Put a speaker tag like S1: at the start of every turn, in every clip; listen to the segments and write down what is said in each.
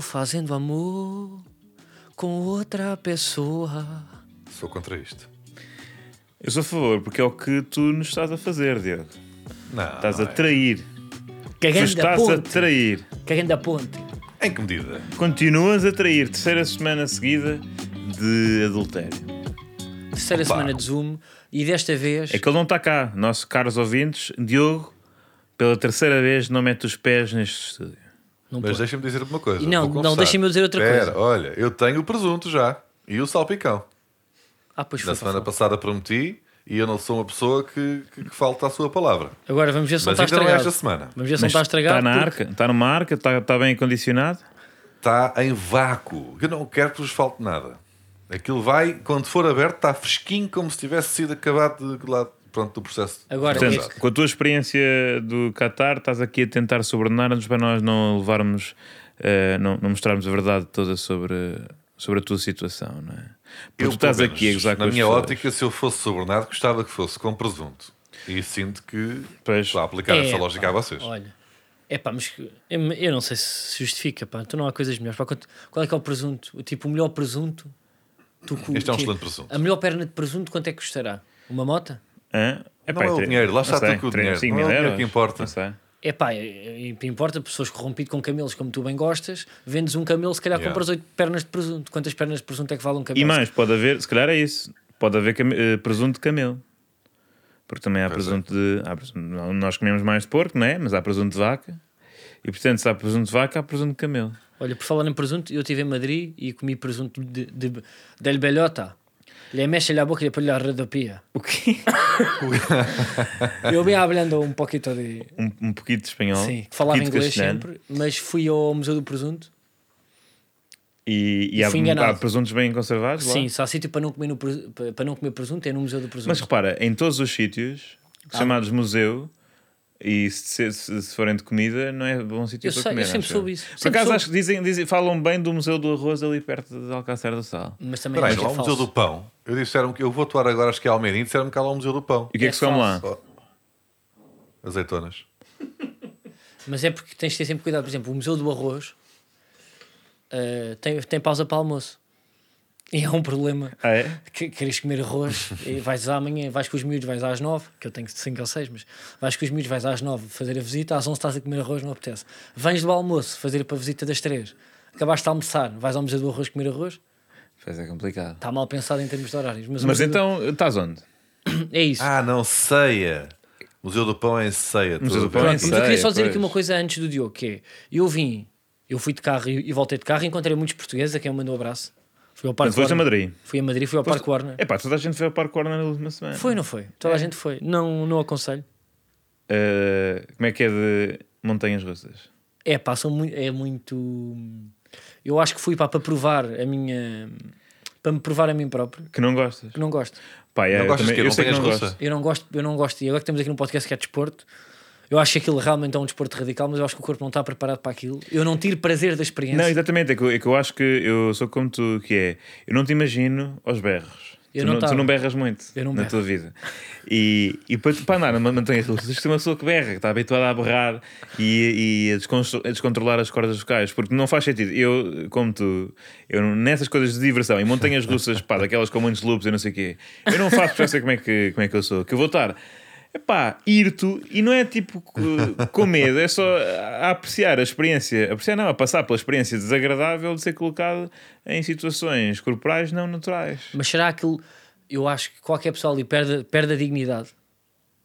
S1: fazendo amor com outra pessoa.
S2: Sou contra isto.
S3: Eu sou a favor, porque é o que tu nos estás a fazer, Diogo.
S2: Não.
S1: Ah,
S3: Estás a
S2: não é.
S3: trair. Tu
S1: Cagando da
S3: estás a
S1: ponte.
S3: trair.
S1: Cagando da ponte.
S2: Em que medida?
S3: Continuas a trair. Terceira semana seguida de adultério.
S1: Terceira
S2: Opa.
S1: semana de Zoom e desta vez.
S3: É que ele não está cá. Nosso caros ouvintes, Diogo, pela terceira vez, não mete os pés neste estúdio.
S1: Não
S2: Mas é
S1: pode.
S2: deixa-me dizer uma coisa.
S1: E não,
S2: vou
S1: não,
S2: confessar.
S1: deixa-me eu dizer outra
S2: Espera,
S1: coisa.
S2: Olha, eu tenho o presunto já e o salpicão.
S1: Ah, pois foi.
S2: Na semana
S1: Fafá.
S2: passada prometi e eu não sou uma pessoa que, que, que falta a sua palavra.
S1: Agora vamos ver se não
S2: Mas
S1: está
S2: ainda não é
S1: estragado.
S2: esta semana.
S1: Vamos ver se não
S3: Mas
S1: está estragado.
S3: Está na
S1: porque-
S3: arca, está numa arca, está, está bem acondicionado.
S2: Está em vácuo. Eu não quero que vos falte nada. Aquilo vai, quando for aberto, está fresquinho como se tivesse sido acabado de lá, pronto, do processo.
S1: Agora,
S2: Portanto,
S1: é
S3: Portanto, com a tua experiência do Qatar, estás aqui a tentar sobrenar-nos para nós não levarmos, eh, não, não mostrarmos a verdade toda sobre, sobre a tua situação, não é? Porque
S2: eu,
S3: tu estás
S2: pelo menos,
S3: aqui a gozar com
S2: Na
S3: as
S2: minha
S3: pessoas.
S2: ótica, se eu fosse sobrenado, gostava que fosse com presunto. E sinto que
S3: Pois.
S2: estou a aplicar essa
S1: É,
S2: lógica
S1: pá,
S2: a vocês.
S1: Olha, é pá, mas que- eu eu não sei se justifica, pá. Então não há coisas melhores. Pá, quanto- qual é que é o presunto? O tipo, o melhor presunto? Tu, cu-
S2: Este é um
S1: que-
S2: excelente presunto.
S1: A melhor perna de presunto, quanto é que custará? Uma mota?
S3: Hã? É
S2: Não é o
S3: tre-
S2: dinheiro, lá está
S3: não sei,
S2: tudo com o
S3: tre-
S2: dinheiro.
S3: cinco
S2: Não é o
S3: mil
S2: dinheiro
S3: euros.
S2: que importa.
S3: Não sei.
S1: É pá, e- e o que importa, pessoas corrompidas com camelos como tu bem gostas, vendes um camelo, se calhar
S2: Yeah.
S1: compras oito pernas de presunto. Quantas pernas de presunto é que vale um camelo?
S3: E mais, pode haver, se calhar é isso, pode haver came- eh, presunto de camelo. Porque também há
S2: é.
S3: presunto de. há presunto- nós comemos mais de porco, não é? Mas há presunto de vaca. E portanto, se há presunto de vaca, há presunto de camelo.
S1: Olha, por falar em presunto, eu estive em Madrid e comi presunto de, de, del Bellota. Le mexe la boca e depois la redopia.
S3: O quê?
S1: Eu bem hablando um pouquinho de...
S3: Um, um pouquinho de espanhol.
S1: Sim,
S3: um
S1: falava
S3: pouquinho de
S1: inglês
S3: castelhano.
S1: sempre, mas fui ao Museu do Presunto.
S3: E, e
S1: E
S3: há,
S1: fui enganado.
S3: há presuntos bem conservados lá?
S1: Sim, se há sítio para não, comer no presu- pa- para não comer presunto é no Museu do Presunto.
S3: Mas repara, em todos os sítios,
S1: Ah.
S3: chamados museu, e se, se- se forem de comida, não é bom sítio
S1: Eu
S3: para
S1: sei, eu
S3: comer.
S1: sempre
S3: acho
S1: soube isso.
S3: Por
S1: Sempre
S3: acaso,
S1: soube.
S3: acho que dizem, dizem- falam bem do Museu do Arroz ali perto de Alcácer do Sal.
S1: Mas também
S2: Espera aí,
S1: acho que
S2: não há
S1: é
S2: um Museu do
S1: falso.
S2: Pão. Eu disseram que eu vou atuar agora, acho que é Almeirinho, disseram que há lá um Museu do Pão. Oh,
S3: E o que é,
S1: É
S3: que se come lá?
S1: falso.
S2: Azeitonas.
S1: Mas é porque tens de ter sempre cuidado. Por exemplo, o Museu do Arroz eh, tem, tem pausa para almoço. E é um problema.
S3: Ah, é?
S1: Que- Queres comer arroz e vais amanhã, vais com os miúdos, vais às nove que eu tenho cinco ou seis mas vais com os miúdos, vais às nove fazer a visita, às 11 estás a comer arroz, não apetece. Vens do almoço fazer para a visita das três Acabaste de almoçar, vais ao Museu do Arroz comer arroz,
S3: Pois é complicado.
S1: está mal pensado em termos de horários. Mas, o
S3: Mas
S1: Museu do-
S3: então, estás onde?
S1: é isso.
S2: Ah, não, ceia. Museu do Pão é em ceia.
S3: Museu
S2: tudo
S3: do Pão
S2: bem.
S3: é em
S1: Pronto, mas eu queria só
S3: Sei,
S1: dizer aqui
S3: pois.
S1: uma coisa antes do Diogo, que é, eu vim, eu fui de carro e, e voltei de carro e encontrei muitos portugueses a quem eu mandou um abraço. Fui ao Parque
S3: Portanto, foste a
S1: Warner.
S3: Madrid?
S1: Fui a Madrid, fui ao Parque Warner.
S3: É pá, toda a É. gente foi ao Parque Warner na última semana.
S1: Foi ou não foi? Toda a gente foi. Não, não aconselho.
S3: Ah, como é que é de montanhas russas?
S1: É pá, são muito, é muito... Eu acho que fui pá, para provar a minha... Para me provar a mim próprio,
S3: Que não gostas?
S1: que não gosto.
S3: Pá, é,
S2: Não
S3: eu
S2: gostas
S3: também-
S2: de quê?
S3: eu sei que não
S2: Montanhas russas?
S3: gosto.
S1: Eu não gosto, eu não gosto. E agora que temos aqui num podcast que é desporto, eu acho que aquilo realmente é um desporto radical, mas eu acho que o corpo não está preparado para aquilo. Eu não tiro prazer da experiência.
S3: Não, exatamente, é que, eu- é que eu acho que eu sou como tu, que é, eu não te imagino aos berros.
S1: Eu
S3: tu,
S1: não
S3: não, tu
S1: tava.
S3: não berras muito
S1: Eu não
S3: na
S1: berro.
S3: tua vida. E, e para, para andar numa montanha russa, tens de ser uma pessoa que berra, que está habituada a berrar e, e a, desconstro- a descontrolar as cordas vocais, porque não faz sentido. Eu, como tu, eu, não- nessas coisas de diversão, em montanhas russas, pá, daquelas com muitos loops e não sei o quê, eu não faço, já sei como é que, como é que eu sou, que eu vou estar. Epá, ir-te e não é tipo co- com medo, é só a apreciar a experiência, apreciar não, a passar pela experiência desagradável de ser colocado em situações corporais não naturais.
S1: Mas será aquilo. Eu acho que qualquer pessoa ali perde, perde a dignidade.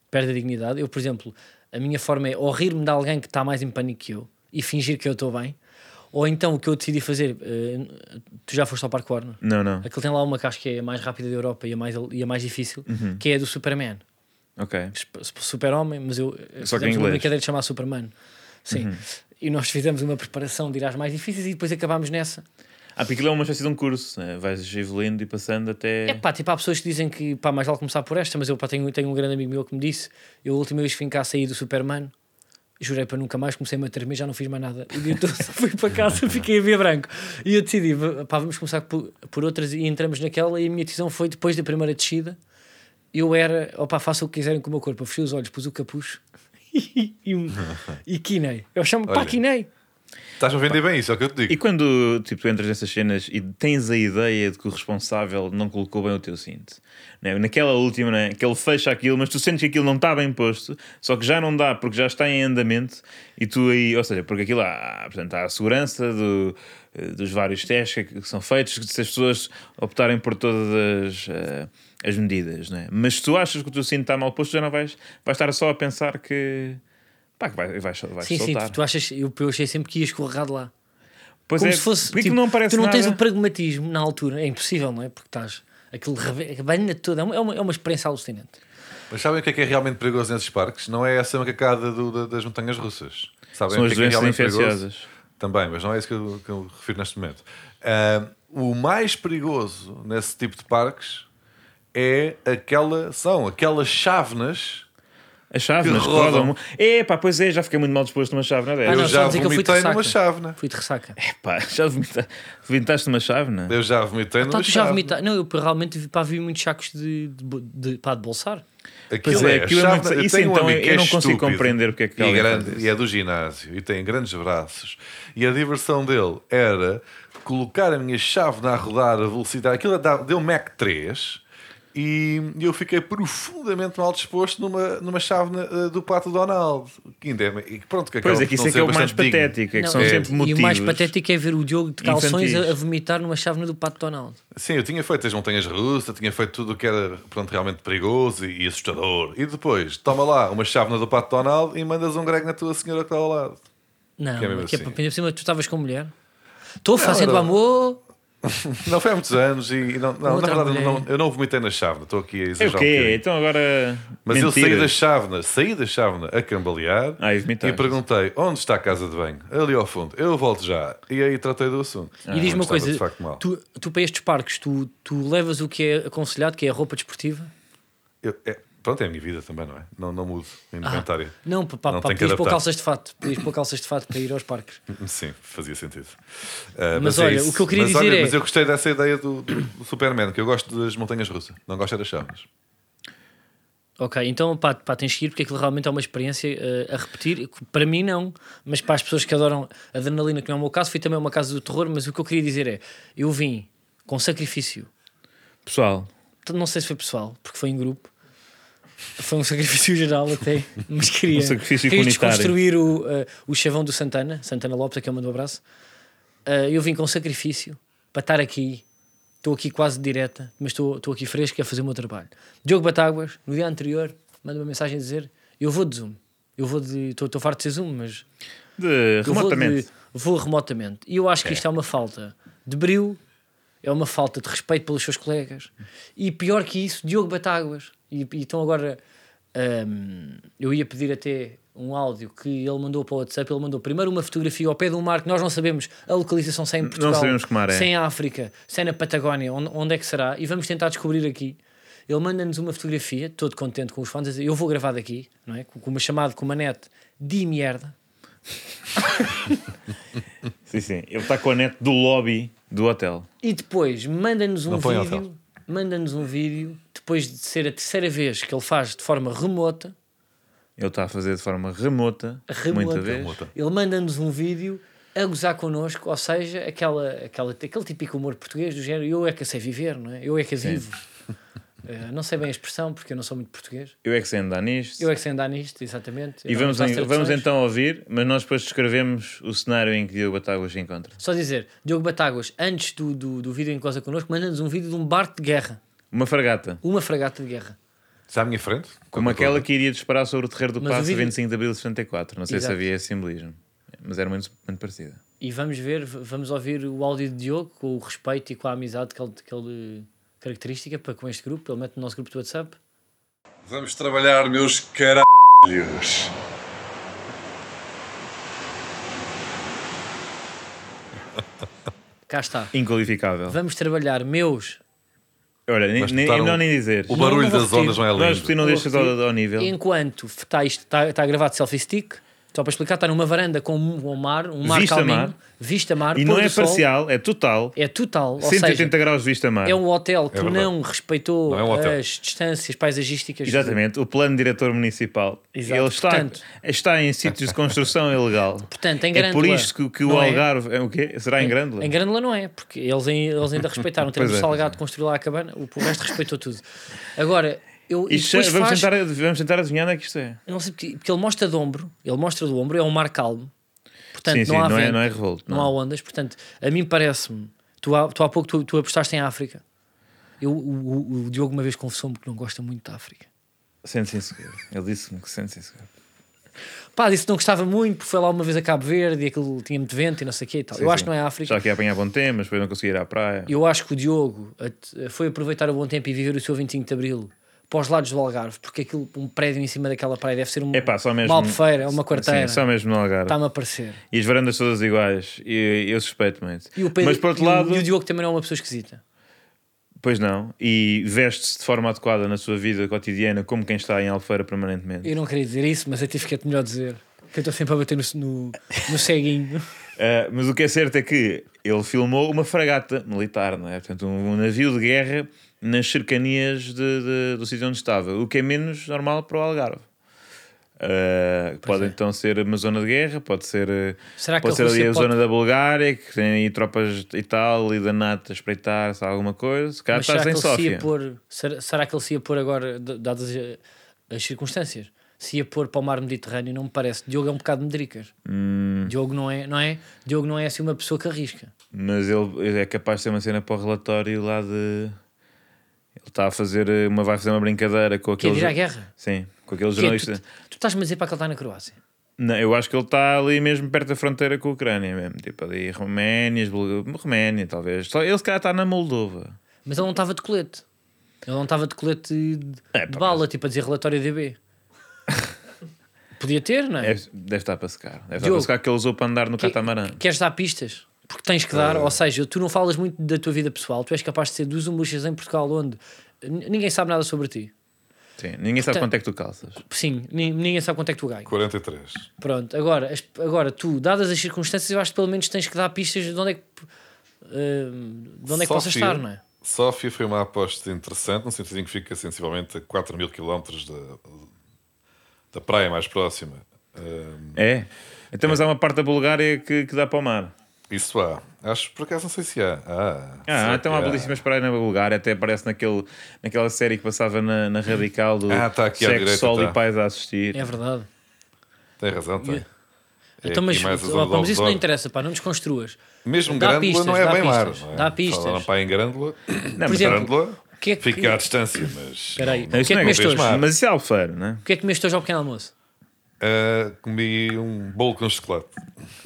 S1: Perde a dignidade. Eu, por exemplo, a minha forma é ou rir-me de alguém que está mais em pânico que eu e fingir que eu estou bem, ou então o que eu decidi fazer. eh, tu já foste ao Parque Warner?
S3: Não, não.
S1: Aquilo tem lá uma que acho que é a mais rápida da Europa e a mais, e a mais difícil,
S3: Uhum.
S1: que é a do Superman.
S3: Ok.
S1: Sp- Super-Homem, mas eu. eh,
S3: Só
S1: fizemos
S3: que em
S1: uma
S3: inglês. Uhum.
S1: brincadeira de chamar Superman. Sim. E nós fizemos uma preparação de ir às mais difíceis e depois acabámos nessa.
S3: Ah, porque aquilo é uma espécie de um curso, né? vais evoluindo e passando até.
S1: É pá, tipo, há pessoas que dizem que pá, mais vale começar por esta, mas eu pá, tenho, tenho um grande amigo meu que me disse: eu a última vez que vim cá saí do Superman, jurei para nunca mais, comecei-me a tremer, já não fiz mais nada. E dia todo fui para casa, fiquei a ver branco. E eu decidi: v- pá, vamos começar por, por outras e entramos naquela. E a minha decisão foi depois da primeira descida, eu era, opá, faço o que quiserem com o meu corpo, Eu fechei os olhos, pus o capuz e, e, e quinei. Eu chamo, pá,
S2: Olha.
S1: quinei.
S2: Estás a vender bem isso, é o que eu te digo.
S3: E quando tipo, tu entras nessas cenas e tens a ideia de que o responsável não colocou bem o teu cinto, né? naquela última, né? que ele fecha aquilo, mas tu sentes que aquilo não está bem posto, só que já não dá porque já está em andamento e tu aí, ou seja, porque aquilo há, portanto, há a segurança do, eh, dos vários testes que que são feitos, que se as pessoas optarem por todas as. eh, as medidas, né? mas se tu achas que o teu cinto está mal posto, já não vais, vais estar só a pensar que pá, que vai, vais, vais
S1: Sim, sim,
S3: soltar.
S1: tu, tu achas, eu, eu achei sempre que ia escorregar de lá.
S3: Pois
S1: Como
S3: é,
S1: se fosse.
S3: porque
S1: tipo,
S3: não aparece
S1: tu não tens
S3: nada?
S1: o pragmatismo na altura, é impossível, não é? Porque estás. Aquilo reve- rebana toda, é uma- é uma, é uma experiência alucinante.
S2: Mas sabem o que é que é realmente perigoso nesses parques? Não é essa macacada do- da- das montanhas russas. Sabem
S3: São
S2: o
S3: as
S2: que é que é realmente
S3: doenças
S2: perigoso?
S3: infecciosas.
S2: Também, mas não é isso que eu, que eu refiro neste momento. Ah, o mais perigoso nesse tipo de parques é aquela, são aquelas chávenas.
S3: A chave,
S2: Que
S3: mas
S2: rodam.
S3: rodam. É pá, pois é, já fiquei muito mal disposto numa chave, não é?
S1: Ah,
S2: eu
S1: não, só
S2: já
S1: dizer que eu fui de
S2: vomitei numa
S1: ressaca.
S2: chávena.
S1: Fui de ressaca.
S3: Pá, já vomita- vomitaste numa chave, não é?
S2: Eu já vomitei
S1: Então
S2: numa
S1: tu já
S2: chávena.
S1: vomitaste. Não, eu realmente vi- pá, vi muitos sacos de, de, bo- de, pá, de bolsar.
S2: Aquilo
S3: Pois é,
S2: a
S3: aquilo é muito-
S2: chávena. Eu
S3: isso
S2: tenho um
S3: então
S2: amigo que
S3: eu
S2: é
S3: não consigo
S2: estúpido
S3: compreender porque é que
S2: e,
S3: alguém faz
S2: grande,
S3: isso.
S2: e é do ginásio e tem grandes braços. E a diversão dele era colocar a minha chave na rodar a velocidade. Aquilo dá- deu um Mac 3 e eu fiquei profundamente mal disposto numa, numa chave do Pato Donald. Que ainda é, e pronto, que acaba
S3: Pois é,
S2: por não
S3: que isso é que
S2: ser
S3: é o mais
S2: bastante digno.
S3: patético, é que
S1: Não,
S3: são
S1: é.
S3: sempre
S1: E
S3: motivos.
S1: o mais patético é ver o Diogo de calções
S3: Infantis.
S1: a, a vomitar numa chávena do Pato Donald.
S2: Sim, eu tinha feito as montanhas russas, tinha feito tudo o que era pronto, realmente perigoso e, e assustador. E depois, toma lá uma chávena do Pato Donald e mandas um grego na tua senhora que está ao lado.
S1: Não, que
S2: Que é
S1: é,
S2: mesmo assim.
S1: para pender por cima, tu estavas com mulher. Estou
S2: era-
S1: fazendo amor.
S2: Não foi há muitos anos e, e não, não, na
S1: Outra
S2: verdade eu
S1: mulher.
S2: não, eu não vomitei na chávena, estou aqui a
S3: É o
S2: exagerar. um
S3: quê?
S2: bocadinho.
S3: Então agora.
S2: Mas eu saí
S3: mentiras.
S2: da chávena, saí da chávena a cambalear
S3: Ah, e vomitaste.
S2: e perguntei onde está a casa de banho? Ali ao fundo, eu volto já. E aí tratei do assunto. Ah,
S1: e diz-me uma
S2: Estava
S1: coisa:
S2: de facto mal.
S1: tu, tu para estes parques, tu, tu levas o que é aconselhado, que é a roupa desportiva?
S2: Eu- é- pronto, é a minha vida também, não é? Não, não mudo
S1: Ah.
S2: o inventário.
S1: Não, para
S2: Não
S1: pa,
S2: tem que
S1: podias pôr
S2: adaptar.
S1: calças de fato. Podias pôr calças de fato para ir aos parques.
S2: Sim, fazia sentido. Ah,
S1: Mas olha, o que eu queria
S2: mas
S1: dizer é-
S2: Mas eu gostei dessa ideia do, do- do Superman, que eu gosto das montanhas russas, não gosto é das chaves.
S1: Ok, então pá, pá, tens que ir porque aquilo realmente é uma experiência eh, a repetir. Para mim, não, mas para as pessoas que adoram adrenalina, que não é o meu caso, foi também uma casa do terror. Mas o que eu queria dizer é: eu vim com sacrifício,
S3: Pessoal,
S1: Então, não sei se foi pessoal, porque foi em grupo, foi um sacrifício geral até, mas queria,
S3: Um sacrifício
S1: queria
S3: comunitário.
S1: desconstruir o, eh, o chavão do Santana, Santana Lopes, a quem eu mando um abraço. Eh, eu vim com sacrifício para estar aqui. Estou aqui quase direta, mas estou estou aqui fresco a fazer o meu trabalho. Diogo Batáguas, no dia anterior, manda uma mensagem a dizer: Eu vou de Zoom. Eu vou de. Estou estou farto de ser Zoom, mas
S3: de,
S1: eu vou de-
S3: remotamente.
S1: Vou, remotamente. E eu acho que isto é uma falta de brilho, é uma falta de respeito pelos seus colegas. E pior que isso, Diogo Batáguas. E, e então agora hum, eu ia pedir até um áudio que ele mandou para o WhatsApp. Ele mandou primeiro uma fotografia ao pé de um mar que nós não sabemos a localização, sem Portugal,
S3: sabemos que mar é.
S1: sem África, sem na Patagónia, onde, onde é que será? E vamos tentar descobrir aqui. Ele manda-nos uma fotografia, todo contente com os fãs, a dizer, eu vou gravar daqui, não é? Com, com uma chamada com uma net de merda.
S3: Sim, sim. Ele está com a net do lobby do hotel.
S1: E depois manda-nos um
S2: Não põe hotel.
S1: vídeo, manda-nos um vídeo, depois de ser a terceira vez que ele faz de forma remota,
S3: Ele está a fazer de forma remota,
S1: remota,
S3: muita vez.
S2: Remota.
S1: ele manda-nos um vídeo a gozar connosco, ou seja, aquela, aquela, aquele típico humor português do género eu é que a sei viver, não é? Eu é que a vivo. Eh, não sei bem a expressão, porque eu não sou muito português.
S3: Eu é que sei andar nisto.
S1: Eu é que sei andar nisto, exatamente. Eu
S3: E
S1: não
S3: vamos,
S1: faço
S3: em- vamos
S1: traduções.
S3: então ouvir, mas nós depois descrevemos o cenário em que Diogo Batáguas se encontra.
S1: Só dizer, Diogo Batáguas, antes do, do, do vídeo em que goza connosco, manda-nos um vídeo de um barco de guerra,
S3: Uma fragata,
S1: uma fragata de guerra.
S2: Está à minha frente?
S3: como aquela que iria disparar sobre o terreiro do
S1: Mas o
S3: Passo
S1: vídeo-
S3: 25 de abril de 64. Não sei se
S1: Exato.
S3: havia esse simbolismo, mas era muito, muito parecida.
S1: E vamos ver, v- vamos ouvir o áudio de Diogo com o respeito e com a amizade que ele, que ele característica para com este grupo. Ele mete no nosso grupo do WhatsApp.
S2: Vamos trabalhar, meus caralhos.
S1: Cá está.
S3: Inqualificável.
S1: Vamos trabalhar, meus.
S3: Olha, nem,
S2: Mas
S3: nem,
S2: botaram
S3: não nem dizer.
S2: um- O
S1: Não,
S2: barulho
S1: não vou
S2: das ondas
S1: repetir. tá
S2: não é
S3: Nós
S2: lindo.
S3: não deixas ao,
S1: Vou
S3: ao nível.
S1: Enquanto está, isto, está, está gravado selfie stick, Só para explicar, está numa varanda com um, um mar, um mar
S3: Vista
S1: calminho,
S3: mar.
S1: vista mar,
S3: E
S1: pôr
S3: não
S1: do
S3: é
S1: sol,
S3: parcial, é total.
S1: é total. Ou
S3: 180
S1: seja,
S3: graus de vista mar.
S1: é um hotel que
S2: verdade.
S1: não respeitou
S2: Não é um hotel.
S1: as distâncias paisagísticas.
S3: Exatamente, o plano diretor municipal.
S1: Exato.
S3: Ele está,
S1: Portanto-
S3: está em sítios de construção ilegal.
S1: Portanto, em
S3: é por
S1: Grândola,
S3: isto que, que o
S1: não é?
S3: Algarve. É o quê? Será em Grândola?
S1: Em Grândola não é, porque eles, ai- eles ainda respeitaram. Temos
S3: Pois
S1: o
S3: é.
S1: Salgado construiu lá a cabana, o, o resto respeitou tudo. Agora, eu e
S3: Isto é-
S1: depois
S3: vamos,
S1: faz,
S3: tentar, vamos tentar adivinhar onde é que isto é.
S1: eu não sei porque, porque ele mostra do ombro, ele mostra do ombro, é um mar calmo. Portanto,
S3: sim, sim,
S1: não há
S3: não, é,
S1: vento,
S3: não é revolto.
S1: não
S3: não.
S1: há ondas. Portanto, a mim parece-me, tu, há- tu há pouco tu, tu apostaste em África. Eu, o, o- o Diogo uma vez confessou-me que não gosta muito da África.
S3: Sente-se inseguro. Ele disse-me que sente-se inseguro.
S1: Pá, disse que não gostava muito, porque foi lá uma vez a Cabo Verde e aquilo tinha muito vento e não sei o quê e tal.
S3: Sim,
S1: eu acho
S3: sim.
S1: que não é África.
S3: Já que ia apanhar bom tempo, mas depois não conseguia ir à praia.
S1: Eu acho que o Diogo at- foi aproveitar o bom tempo e viver o seu 25 de Abril para os lados do Algarve, porque aquilo, um prédio em cima daquela praia deve ser um
S3: É pá, só mesmo.
S1: Albufeira, é uma quarteira. Tá-
S3: Sim, só mesmo no Algarve.
S1: Está-me a parecer.
S3: E as varandas todas iguais. E, eu suspeito muito.
S1: E o, Pedro,
S3: mas por outro
S1: e o-
S3: lado.
S1: e o Diogo também não é uma pessoa esquisita.
S3: Pois não. E veste-se de forma adequada na sua vida cotidiana, como quem está em Alfeira permanentemente.
S1: Eu não queria dizer isso, mas até fiquei-te melhor dizer. Que eu estou sempre a bater no, no, no ceguinho.
S3: Uh, mas o que é certo é que ele filmou uma fragata militar, não é? Portanto, um, um navio de guerra nas cercanias de- de- do sítio onde estava, o que é menos normal para o Algarve. Uh, pode
S1: é.
S3: então ser uma zona de guerra, pode ser, uh,
S1: Será que
S3: pode
S1: a
S3: ser ali
S1: Rússia
S3: a
S1: pode-
S3: zona da Bulgária, que tem aí tropas e tal, e da NATO a espreitar, se há alguma coisa. Se calhar
S1: mas será
S3: estás
S1: que,
S3: em
S1: ele se ia
S3: Sófia.
S1: pôr, será, será que ele se ia pôr agora, d- dadas eh, as circunstâncias? Se ia pôr para o mar Mediterrâneo, não me parece. Diogo é um bocado medricas.
S3: Hum.
S1: Diogo não é, não é? Diogo não é assim uma pessoa que arrisca.
S3: Mas ele ele é capaz de ter uma cena para o relatório lá de. Ele está a fazer eh, uma, vai fazer uma brincadeira com
S1: Quer
S3: aquele.
S1: é ir à
S3: jo-
S1: guerra?
S3: Sim, com aquele
S1: Que é,
S3: jornalista.
S1: tu, tu estás-me a dizer para que ele está na Croácia?
S3: Não, eu acho que ele está ali mesmo perto da fronteira com a Ucrânia mesmo. Tipo ali, Roménia, Bulga- Roménia talvez. Só- Ele se calhar está na Moldova.
S1: Mas ele não estava de colete. Ele não estava de colete de,
S3: É,
S1: de
S3: pá,
S1: bala, tipo a dizer relatório DB. Podia ter, não é?
S3: Deve, deve estar para secar. Deve estar
S1: Diogo.
S3: para secar que ele usou para andar no
S1: Que-
S3: catamarã.
S1: Queres dar pistas? Porque tens que dar, ou seja, tu não falas muito da tua vida pessoal, tu és capaz de ser dos humoristas em Portugal onde n- ninguém sabe nada sobre ti.
S3: Sim, ninguém sabe
S1: Portanto-
S3: quanto é que tu calças.
S1: Sim, ni- ninguém sabe quanto é que tu ganhas.
S2: 43.
S1: Pronto, agora, as- agora tu, dadas as circunstâncias, eu acho que pelo menos tens que dar pistas de onde é que, hum, de onde é que possas
S2: Sófia-
S1: estar, não é?
S2: Sófia foi uma aposta interessante, no sentido em que fica sensivelmente a 4 mil quilómetros da, da praia mais próxima. Ah, Ahm,
S3: É. Então, mas há uma parte da Bulgária que, que dá para o mar.
S2: isso há. Acho por acaso não sei se há. Ah,
S3: Ah,
S2: será
S3: então
S2: que
S3: há belíssimas praias na Bulgária. Até aparece naquele, naquela série que passava na, na Radical do
S2: Ah, tá aqui à
S3: Sexo,
S2: direita,
S3: Sol
S2: tá.
S3: e Pais a assistir.
S1: É verdade.
S2: Tem razão, tem.
S1: Yeah. Então, mas,
S2: aqui É, mais a
S1: ó,
S2: zona do
S1: pá, mas isso não
S2: Alvor.
S1: interessa, pá, não nos construas.
S2: Mesmo
S1: Dá
S2: Grândola
S1: pistas,
S2: não é
S1: dá
S2: bem mar.
S1: pistas,
S2: não é?
S1: dá pistas.
S2: Falaram para em Grândola.
S3: Não,
S1: Por
S3: mas
S1: exemplo,
S2: Grândola
S1: o que é que-
S2: fica à distância, mas.
S1: Espera aí.
S2: não-
S3: não,
S1: o
S3: isso
S1: que é que
S3: não é
S1: comeste
S3: grande-
S2: hoje?
S3: Mas isso é Alfeira, não é?
S1: O que é que comeste hoje ao pequeno almoço?
S2: Ah, comi um bolo com chocolate.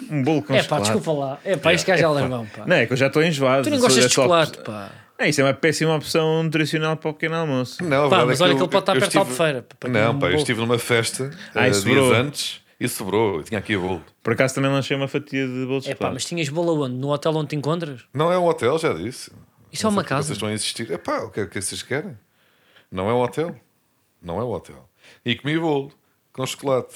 S3: Um bolo com
S1: É pá,
S3: chocolate.
S1: desculpa lá. É pá, este gajo é alemão, pá.
S3: Não, é que eu já estou enjoado.
S1: Tu não
S3: sou
S1: gostas de
S3: dessa op-
S1: chocolate, pá.
S3: É, isso é uma péssima opção nutricional para o pequeno almoço.
S2: Não,
S1: Pá,
S2: a verdade
S1: mas
S2: é
S1: olha
S2: eu-
S1: que ele pode estar
S2: eu
S1: perto da
S2: estive-
S1: Albufeira, para comer um
S2: Não, pá, eu
S1: bolo.
S2: estive numa festa
S3: Ah, e
S2: ah, dias
S3: sobrou.
S2: antes e sobrou. Eu tinha aqui o bolo.
S3: Por acaso também lanchei uma fatia de bolo de
S1: É pá,
S3: chocolate.
S1: mas tinhas bolo onde? No hotel onde te encontras?
S2: Não é um hotel, já
S1: Isso
S2: disse.
S1: é
S2: Não sei
S1: uma
S2: porque
S1: casa.
S2: Vocês estão a insistir. É pá, o que é que vocês querem? Não é um hotel. Não é um hotel. E comi bolo com chocolate.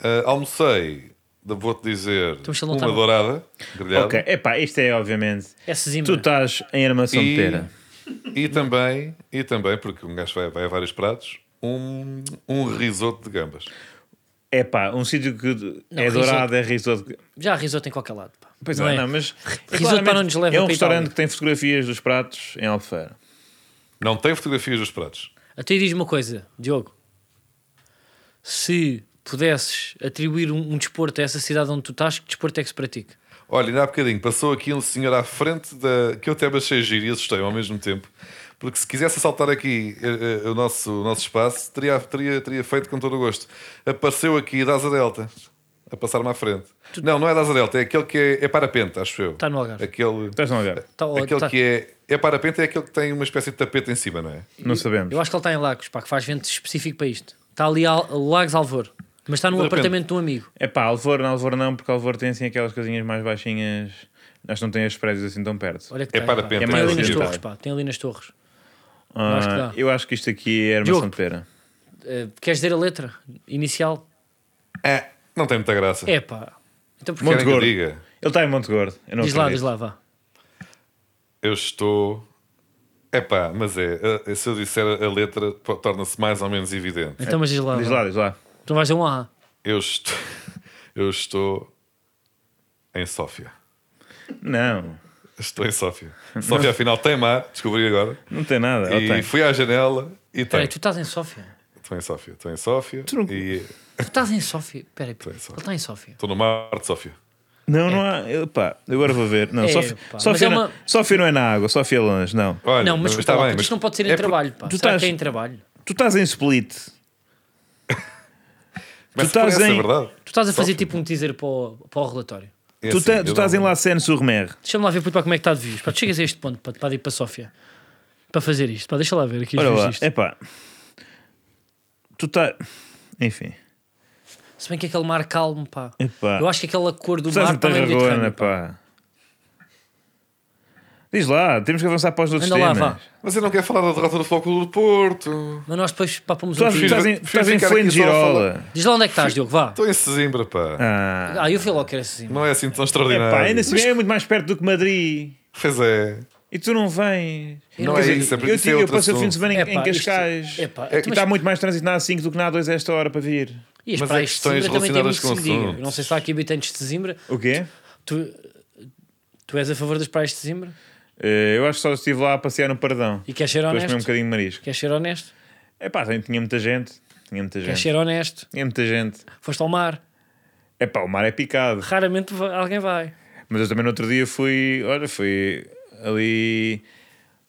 S2: Ah, almocei, de- vou-te dizer,
S1: Estamos a
S2: uma
S1: lutar.
S2: dourada grelhada.
S3: Ok, é pá, isto é obviamente.
S1: É Sesimbra.
S3: Tu estás em armação de pera.
S2: E, e também, e também, porque um gajo vai, vai a vários pratos, um, um risoto de gambas.
S3: É pá, um sítio que
S1: Não,
S3: é
S1: risoto.
S3: dourado, é risoto.
S1: Já há risoto em qualquer lado, pá.
S3: Pois
S1: Não
S3: é,
S1: é?
S3: não, mas. é
S1: Risoto para onde nos leva,
S3: É um
S1: para Itália.
S3: restaurante que tem fotografias dos pratos em Albufeira.
S2: Não tem fotografias dos pratos.
S1: Até diz uma coisa, Diogo. Se pudesses atribuir um, um desporto a essa cidade onde tu estás, que desporto é que se pratica?
S2: Olha, ainda há bocadinho passou aqui um senhor à frente da. que eu até me achei giro e assustei ao mesmo tempo. Porque se quisesse assaltar aqui eh, eh, o, nosso, o nosso espaço, teria, teria, teria feito com todo o gosto. Apareceu aqui da Asa Delta, a passar-me à frente. Não, não é da Asa Delta, é aquele que é, é parapente, acho eu.
S1: Está Tá no Algarve.
S2: Aquele,
S3: Estás no Algarve?
S1: Tá- ó,
S2: aquele
S1: tá-
S2: que é. É parapente, é aquele que tem uma espécie de tapete em cima, não é?
S3: Não sabemos.
S1: Eu acho que ele está em Lagos, pá, que faz vento específico para isto. Está ali al... Lagos Alvor, mas está num
S2: De repente-
S1: apartamento de um amigo.
S3: É pá, Alvor, não, Alvor não, porque Alvor tem assim aquelas coisinhas mais baixinhas. Acho que não tem estes prédios assim tão perto.
S1: Olha que
S2: É
S1: tem,
S2: para
S1: pá.
S2: pente,
S1: Tem
S3: é
S1: ali nas
S3: mais
S1: torres,
S3: limitado.
S1: pá. Tem ali nas torres.
S3: Ah,
S1: acho que dá.
S3: eu acho que isto aqui é armação
S1: Diogo.
S3: de pera.
S1: Eh, queres dizer a letra inicial?
S2: É. Não tem muita graça.
S1: É pá. Então porquê?
S2: Querem que eu
S3: Gordo.
S2: diga?
S3: Ele está em Monte Gordo. Eu não
S1: Diz lá,
S3: acredito.
S1: diz lá, vá.
S2: Eu estou. Epá, mas é, a- se eu disser a letra, po- torna-se mais ou menos evidente.
S1: Então, mas diz lá.
S3: Diz
S1: vá.
S3: lá, diz lá.
S1: Tu não vais dizer um A.
S2: Eu estou. Eu estou. Em Sófia.
S3: Não,
S2: Estou em Sófia. Sófia, afinal, tem má, descobri agora.
S3: não tem nada. Ou
S2: e
S3: tem.
S2: fui à janela e tem.
S1: Peraí, tu estás em Sófia.
S2: Estou em Sófia, estou em Sófia. E
S1: Tu estás em Sófia. Peraí, ele
S2: em Sófia.
S1: está em Sófia.
S2: estou no mar de Sófia.
S3: Não, não há. eu- Pá, agora vou ver. Não,
S1: É,
S3: Sofia,
S1: pá,
S3: Sofia,
S1: mas é
S3: não,
S1: uma-
S3: Sofia não é na água, Sofia é longe, não.
S2: Olha,
S1: Não, mas
S2: está
S1: desculpa lá,
S2: bem.
S1: puto,
S2: mas
S1: isto não pode ser em
S2: é por-
S1: trabalho, pá.
S3: tu
S1: Será
S3: estás-
S1: que é em trabalho?
S3: Tu estás em Split. Tu
S2: Mas por
S3: estás
S2: essa, é
S3: em,
S2: verdade.
S1: Tu estás a fazer tipo tá- um teaser para o, para o relatório.
S2: É
S3: tu
S2: assim,
S3: te-
S2: eu
S3: tu estás em
S2: não-
S3: La Seine-sur-Mer.
S1: Deixa-me lá ver puto, pá, como é que está de views. Pá, tu chegas a este ponto pá, para ir para a Sófia. Para fazer isto. Pá, deixa lá ver aqui os
S3: Olha
S1: views
S3: lá,
S1: disto.
S3: é pá. Tu estás. Enfim.
S1: Se bem que aquele mar calmo, pá.
S3: Epá.
S1: Eu acho que aquela cor do
S3: Tu estás
S1: mar
S3: em
S1: também é
S3: Tarragona,
S1: mediterrâneo. pá.
S3: um pá. Diz lá, temos que avançar para os outros
S1: Anda lá,
S3: temas.
S1: vá.
S2: Mas eu não quero falar da derrota do Flóculo do Porto.
S1: Mas nós depois pá, pomos
S3: Tu
S1: um
S3: estás, tu
S1: vídeo.
S3: estás em, tu
S2: Fiz- fiz
S3: estás em
S2: ficar aqui só a
S3: Fuengirola.
S1: Diz lá onde é que estás, Diogo, vá.
S2: Estou em Sesimbra, pá.
S3: Ah,
S1: Ah, eu fui logo que era assim.
S2: Não é assim tão
S3: é
S2: extraordinário.
S3: pá, ainda se bem é muito mais perto do que Madrid.
S2: Pois é.
S3: E tu não vens.
S2: Não
S3: Quer
S2: é
S3: dizer,
S2: isso, é porque
S3: eu,
S2: isso é
S3: tive- eu
S2: outro
S3: passei o fim de
S2: assunto.
S3: semana em,
S1: É pá,
S3: em Cascais.
S1: isto- é pá,
S2: É-
S3: e está muito mais trânsito na A5 do que na A2 a esta hora para vir.
S1: E as
S2: Mas é
S1: praias de
S2: questões
S1: Zimbra também têm muito
S2: relacionadas
S1: que se me
S2: com
S1: diga.
S2: assuntos.
S1: Eu não sei se há aqui habitantes de Zimbra.
S3: O quê?
S1: Tu, tu és a favor das praias de Zimbra?
S3: Eh, eu acho que só estive lá a passear no Pardão.
S1: E queres ser
S3: Depois comi um
S1: honesto?
S3: bocadinho de marisco.
S1: Queres ser honesto?
S3: É pá, tinha muita gente. Tinha muita
S1: Queres
S3: gente.
S1: ser honesto?
S3: Tinha muita gente.
S1: Foste ao mar.
S3: É pá, o mar é picado.
S1: Raramente va- alguém vai.
S3: Mas eu também no outro dia fui, olha, fui ali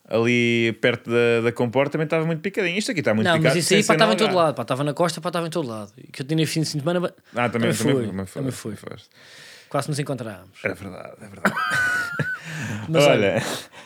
S3: ali perto da, da comporta também estava muito picadinho. Isto aqui está muito
S1: não,
S3: picado.
S1: mas isso
S3: sem
S1: aí
S3: ser
S1: pá, estava em
S3: nada.
S1: todo lado. pá, Estava na costa, pá, estava em todo lado. E que eu tinha fim de semana. ba-
S3: Ah, também,
S1: Também
S3: também,
S1: fui,
S3: também fui.
S1: também fui.
S3: foste.
S1: Quase nos encontrávamos.
S3: É verdade, é verdade.
S1: Mas olha,
S3: olha,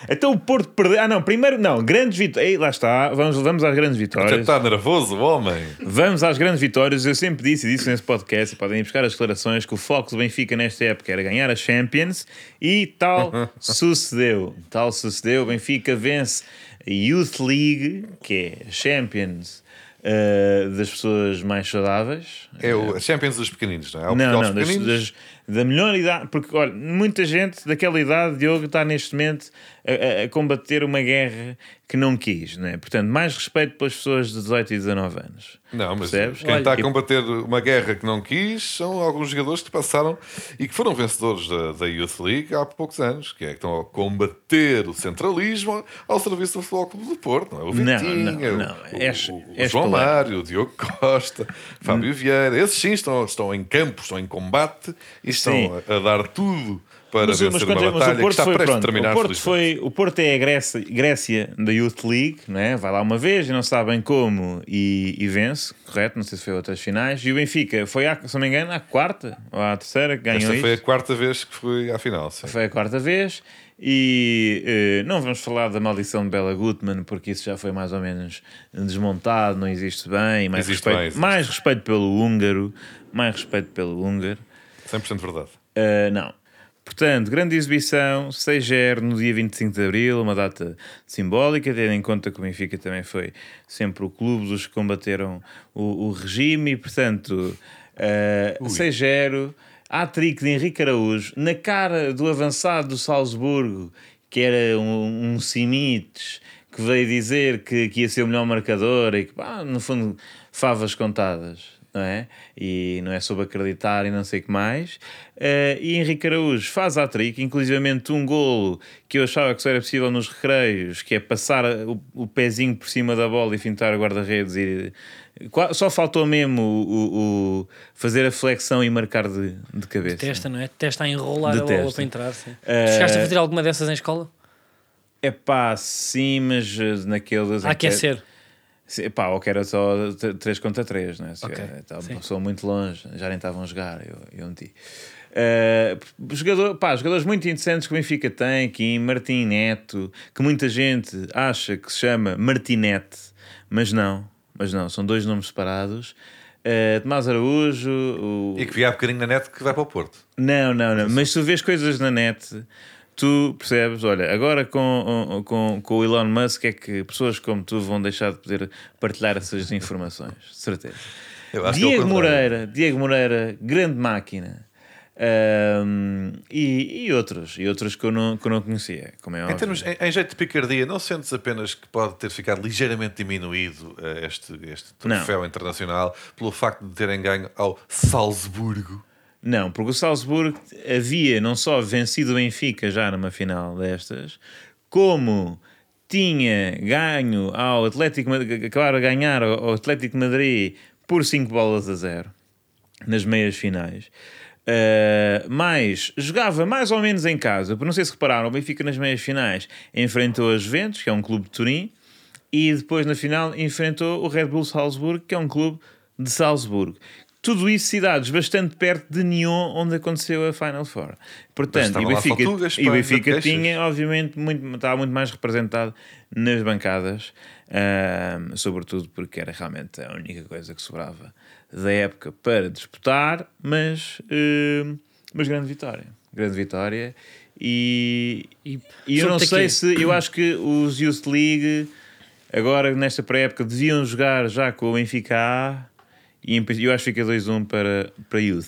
S3: então o Porto perdeu. Ah, não, primeiro, não, grandes vitórias. Lá está, vamos, vamos às grandes
S2: Já
S3: vitórias.
S2: está Tá nervoso o homem.
S3: Vamos às grandes vitórias. Eu sempre disse e disse nesse podcast, e podem ir buscar as declarações, que o foco do Benfica nesta época era ganhar a Champions e tal sucedeu. Tal sucedeu. O Benfica vence a Youth League, que é a Champions eh, das pessoas mais saudáveis.
S2: É o Champions dos pequeninos, não é? Há o
S3: Não,
S2: Portugal
S3: não,
S2: dos
S3: das,
S2: pequeninos.
S3: das- da melhor idade, porque olha, muita gente daquela idade, Diogo, está neste momento a, a- a combater uma guerra que não quis, não é? Portanto, mais respeito pelas pessoas de 18 e 19 anos.
S2: Não, mas
S3: Percebes?
S2: quem
S1: Olha,
S2: está a
S3: eu-
S2: combater uma guerra que não quis são alguns jogadores que passaram e que foram vencedores da, da Youth League há poucos anos, que é que estão a combater o centralismo ao serviço do Futebol Clube do Porto, não é? O
S3: Não,
S2: Vitinha,
S3: não, não. é
S2: o-
S3: És-
S2: o, o
S3: és
S2: João
S3: palé.
S2: Mário, o Diogo Costa,
S3: Hum.
S2: Fábio Vieira, esses sim estão, estão em campo, estão em combate e estão
S3: Sim.
S2: a, a dar tudo para
S3: Mas,
S2: vencer
S3: mas
S2: uma
S3: quando- é- mas
S2: batalha
S3: o
S2: que
S3: Porto
S2: está
S3: foi
S2: prestes a
S3: pronto.
S2: terminar.
S3: O Porto,
S2: felizmente.
S3: foi, o Porto é a Grécia, Grécia da Youth League, não é? vai lá uma vez e não sabem como e, e vence, correto? Não sei se foi outras finais. E o Benfica foi, à, se não me engano, à quarta ou à terceira que ganhou
S2: Esta foi a
S3: isto.
S2: quarta vez que fui à final, sim.
S3: Foi a quarta vez e eh, não vamos falar da maldição de Bella Gutmann porque isso já foi mais ou menos desmontado, não existe bem, mais,
S2: Existe
S3: respeito,
S2: bem, existe.
S3: mais respeito pelo húngaro, mais respeito pelo húngaro.
S2: 100% verdade.
S3: Uh, não. Portanto, grande exibição, 6-0 no dia 25 de Abril, uma data simbólica, tendo em conta que o Benfica também foi sempre o clube dos que combateram o, o regime e, portanto, uh, 6-0, hat-trick de Henrique Araújo, na cara do avançado do Salzburgo, que era um, um Simites, que veio dizer que, que ia ser o melhor marcador e que, pá, no fundo, favas contadas não é? E não é sobre acreditar e não sei o que mais. Eh, e Henrique Araújo faz a trick, inclusivamente um golo que eu achava que só era possível nos recreios, que é passar o, o pezinho por cima da bola e fintar o guarda-redes. E... Qua- Só faltou mesmo o, o- o fazer a flexão e marcar de, de cabeça.
S1: testa, não é? Testa a enrolar a bola
S3: Detesto.
S1: para entrar. Sim.
S3: Eh,
S1: Tu chegaste a fazer alguma dessas em escola?
S3: É pá, sim, mas eh, naqueles.
S1: A
S3: em que-
S1: aquecer.
S3: Sim, pá, ou que era só 3 contra 3, não é? Se
S1: Ok,
S3: era- Estava
S1: sim.
S3: uma pessoa muito longe, já nem estavam a jogar, eu, eu meti. Eh, jogador, pá, jogadores muito interessantes que o Benfica tem, Kim, Martim Neto, que muita gente acha que se chama Martinete, mas não, mas não, são dois nomes separados. Eh, Tomás Araújo, o-
S2: E que vi há bocadinho na net que vai para o Porto.
S3: não, não, não. Mas tu vês coisas na net, tu percebes, olha, agora com, com, com o Elon Musk é que pessoas como tu vão deixar de poder partilhar essas informações, de certeza.
S2: Eu acho que é o
S3: Diego
S2: contrário.
S3: Moreira, Diego Moreira, grande máquina. Ahm, e, e outros, e outros que eu não, que eu não conhecia, como é
S2: Em,
S3: óbvio.
S2: termos, em, em jeito de picardia, não sentes apenas que pode ter ficado ligeiramente diminuído eh, este, este
S3: Não.
S2: troféu internacional pelo facto de terem ganho ao Salzburgo?
S3: Não, porque o Salzburgo havia não só vencido o Benfica já numa final destas, como tinha ganho ao Atlético Madrid, acabaram a ganhar ao ao Atlético Madrid por 5 bolas a 0 nas meias finais. Uh, mas jogava mais ou menos em casa, porque não sei se repararam, o Benfica nas meias finais enfrentou a Juventus, que é um clube de Turim, e depois na final enfrentou o Red Bull Salzburgo, que é um clube de Salzburgo. Tudo isso cidades bastante perto de Nyon, onde aconteceu a Final Four. Portanto,
S2: Mas
S3: e
S2: estava
S3: o
S2: lá
S3: Benfica,
S2: Fatuga,
S3: e o
S2: Espanha,
S3: Benfica
S2: Texas.
S3: tinha, obviamente, muito, estava muito mais representado nas bancadas, ahm, sobretudo porque era realmente a única coisa que sobrava da época para disputar, mas, ahm, mas grande vitória. Grande vitória. E,
S1: E,
S3: e eu
S1: sobre
S3: não
S1: daqui.
S3: sei se. Eu acho que os Youth League, agora nesta pré-época, deviam jogar já com o Benfica A. E em princípio, eu acho que fica 2-1 para, para Youth.